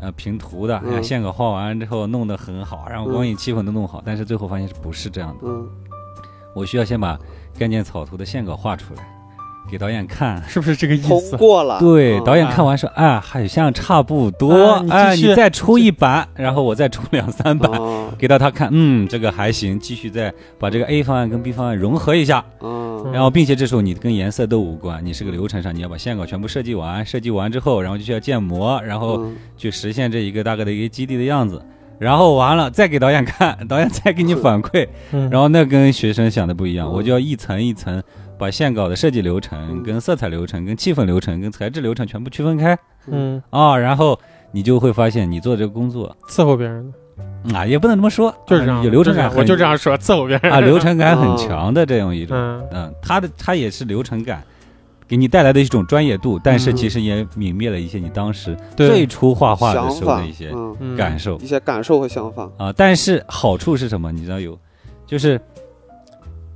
呃，平涂的，然后嗯线稿画完之后弄得很好，然后光嗯影气氛都弄好，但是最后发现是不是这样的？嗯我需要先把概念草图的线稿画出来，给导演看。是不是这个意通思？过了，对，嗯导演看完说：“啊，好像差不多啊，你继哎，续哦你再出一版，然后我再出两三版，啊给到他看，嗯，这个还行，继续再把这个 A 方案跟 B 方案融合一下，嗯然后并且这时候你跟颜色都无关，你是个流程上，你要把线稿全部设计完，设计完之后，然后就需要建模，然后嗯去实现这一个大概的一个基地的样子，然后完了再给导演看，导演再给你反馈，嗯，然后那跟学生想的不一样，嗯我就要一层一层把线稿的设计流程、嗯跟色彩流程、跟气氛流程、跟材质流程全部区分开嗯，啊、然后你就会发现你做这个工作伺候别人的嗯啊，也不能这么说，就是这啊样，有流程感就很，是我就这样说，伺候别 人啊，流程感很强的这样一哦种，嗯嗯，它的它也是流程感。给你带来的一种专业度，但是嗯其实也泯灭了一些你当时对最初画画的想时候法的一些嗯嗯感受。一些感受和想法，啊，但是好处是什么？你知道有，就是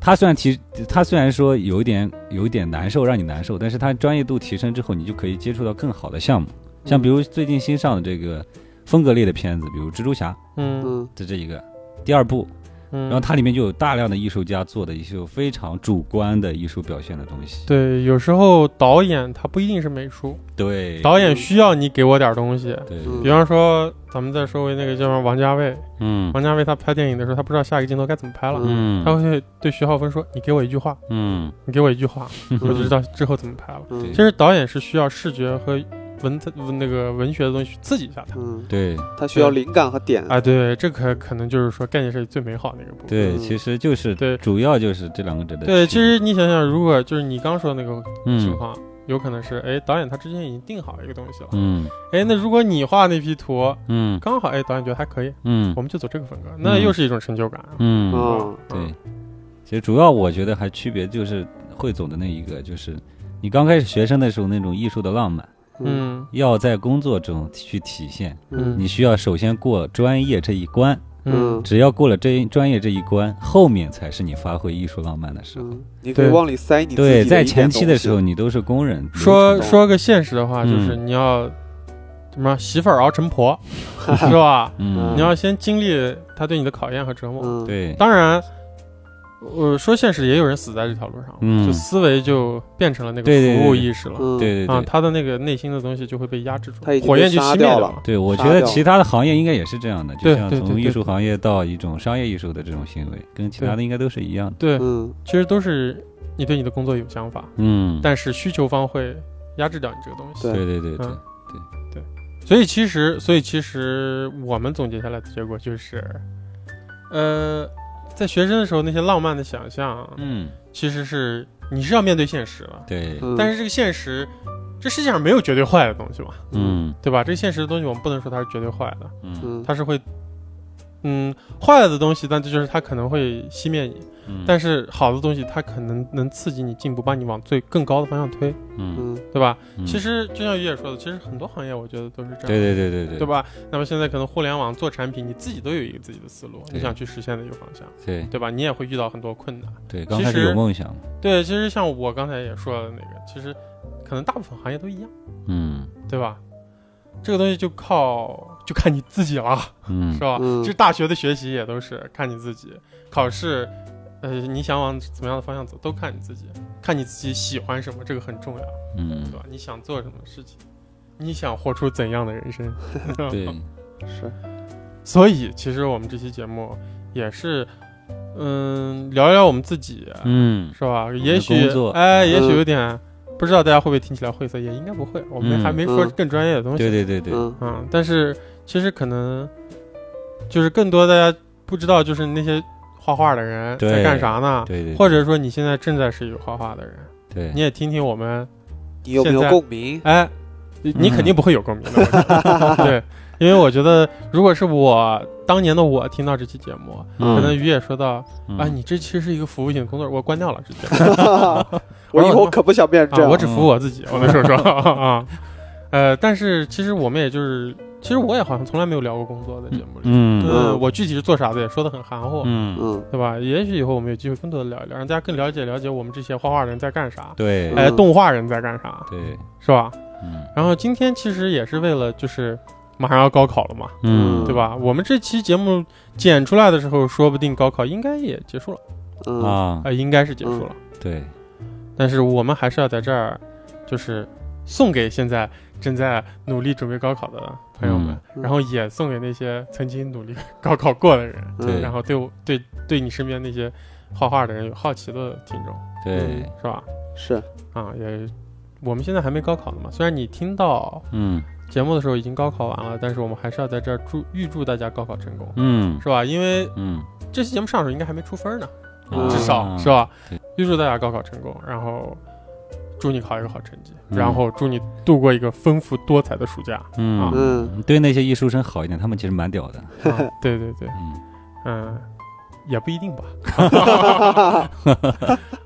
他虽然提，他虽然说有一点有一点难受，让你难受，但是他专业度提升之后，你就可以接触到更好的项目，像嗯比如最近新上的这个风格类的片子，比如《蜘蛛侠嗯嗯》的这一个第第二部，嗯，然后它里面就有大量的艺术家做的一些非常主观的艺术表现的东西。对，有时候导演他不一定是美术，对，嗯导演需要你给我点东西。对，嗯比方说，咱们再说回那个叫什么王家卫，嗯王家卫他拍电影的时候，他不知道下一个镜头该怎么拍了，嗯他会对徐浩峰说：“你给我一句话，嗯你给我一句话，我就嗯知道之后怎么拍了。”嗯其实导演是需要视觉和文字那个文学的东西去刺激一下他。嗯，对他需要灵感和点，啊，对，这可可能就是说概念设计最美好那个部分。对，嗯其实就是对主要就是这两个值得对，其实你想想，如果就是你刚说的那个情嗯况，有可能是哎，导演他之前已经定好一个东西了，嗯哎，那如果你画那批图嗯刚好，哎，导演觉得还可以，嗯我们就走这个风格，那又是一种成就感。嗯嗯对，其实主要我觉得还区别就是汇总的那一个，就是你刚开始学生的时候那种艺术的浪漫，嗯嗯要在工作中去体现。嗯你需要首先过专业这一关，嗯嗯只要过了这专业这一关，后面才是你发挥艺术浪漫的时候。嗯，你可以对往里塞你自己的对，一在点前期的东西时候，，你都是工人。说嗯说个现实的话，就是嗯你要什么媳妇儿熬 成婆，是吧？嗯，你要先经历他对你的考验和折磨。嗯，对，当然，呃，说现实也有人死在这条路上了，嗯就思维就变成了那个对对对服务对意识了。嗯，对对啊，对。他的那个内心的东西就会被压制住，他已经被火焰就熄灭杀掉了了。对，我觉杀得掉其他的行业应该也是这样的，就对像对对从对艺术行业到一种商业艺术的这种行为，跟其他的应该都是一样的。对，嗯其实都是你对你的工作有想法，嗯，但是需求方会压制掉你这个东西。对对对对对嗯，所以其实，所以其实我们总结下来的结果就是，呃，在学生的时候那些浪漫的想象，啊嗯，其实是你是要面对现实了，对，嗯，但是这个现实，这世界上没有绝对坏的东西嘛，嗯对吧？这个现实的东西我们不能说它是绝对坏的，嗯嗯，它是会。嗯，坏了的东西，但这就是它可能会熄灭你。嗯，但是好的东西，它可能能刺激你进步，把你往最更高的方向推，嗯，嗯对吧？嗯其实就像于姐说的，其实很多行业我觉得都是这样，对对对对对对？吧？那么现在可能互联网做产品，你自己都有一个自己的思路，对你想去实现的一个方向，对对吧？你也会遇到很多困难。对，刚开始有梦想，对，其实像我刚才也说的那个，其实可能大部分行业都一样，嗯对吧？这个东西就靠就看你自己了，嗯是，吧？嗯其实大学的学习也都是看你自己，考试，呃，你想往怎么样的方向走，都看你自己，看你自己喜欢什么，这个很重要，嗯对吧？你想做什么事情，你想活出怎样的人 生，对，嗯是，所以其实我们这期节目也是嗯，聊一聊我们自己，嗯，是吧？们也许工作哎，也许嗯有点不知道大家会不会听起来晦涩，也应该不会。我们嗯还没说嗯更专业的东西，对对对对，嗯嗯，但是其实可能就是更多大家不知道，就是那些画画的人对在干啥呢？对对，或者说你现在正在是一个画画的人，对你，也听听我们，你有没有现在共鸣？哎，你你嗯肯定不会有共鸣的，我知道 对，因为我觉得如果是我当年的我听到这期节目，可能 嗯于也说到，啊，嗯你这其实是一个服务性的工作，我关掉了直接。我以后可不想变成这啊，样。我只服务我自己，我那时候说 啊，呃，但是其实我们也就是，其实我也好像从来没有聊过工作在节目里，嗯呃嗯我具体是做啥的也说的很含糊，嗯，嗯对吧？也许以后我们有机会更多的聊一聊，让大家更了解了解我们这些画画人在干啥，对，哎，嗯动画人在干啥，对，是吧？嗯然后今天其实也是为了就是马上要高考了嘛，嗯，对吧？我们这期节目剪出来的时候，说不定高考应该也结束了，嗯啊，呃，应该是结束了。对，嗯但是我们还是要在这儿，就是送给现在正在努力准备高考的朋友们，嗯然后也送给那些曾经努力高考过的人，嗯对然后对我对对你身边那些画画的人有好奇的听众，对，是吧？是啊，也我们现在还没高考呢嘛，虽然你听到嗯节目的时候已经高考完了，但是我们还是要在这儿祝预祝大家高考成功，嗯是吧？因为嗯，这期节目上的时候应该还没出分呢，嗯至少、啊是？吧对？预祝大家高考成功，然后祝你考一个好成绩，嗯然后祝你度过一个丰富多彩的暑假。嗯，嗯对那些艺术生好一点，他们其实蛮屌的， 啊、对对对，嗯嗯，也不一定吧。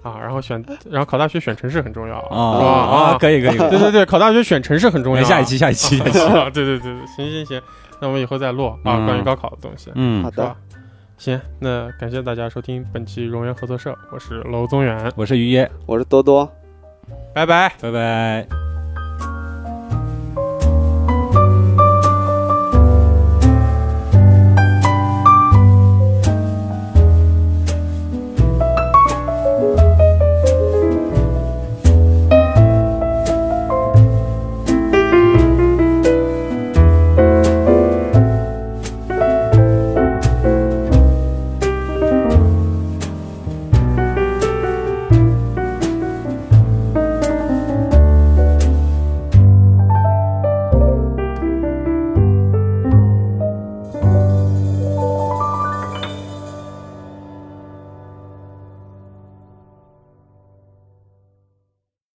啊，然后选，然后考大学选城市很重要是吧？啊啊，可以可以，可以对对对，考大学选城市很重要。下一期下一期，下一期啊， 对对对对，行行行，那我们以后再录啊，嗯关于高考的东西，嗯好，是吧的，？行，那感谢大家收听本期荣源合作社，我是娄宗远，我是于爷，我是多多。拜拜。拜拜。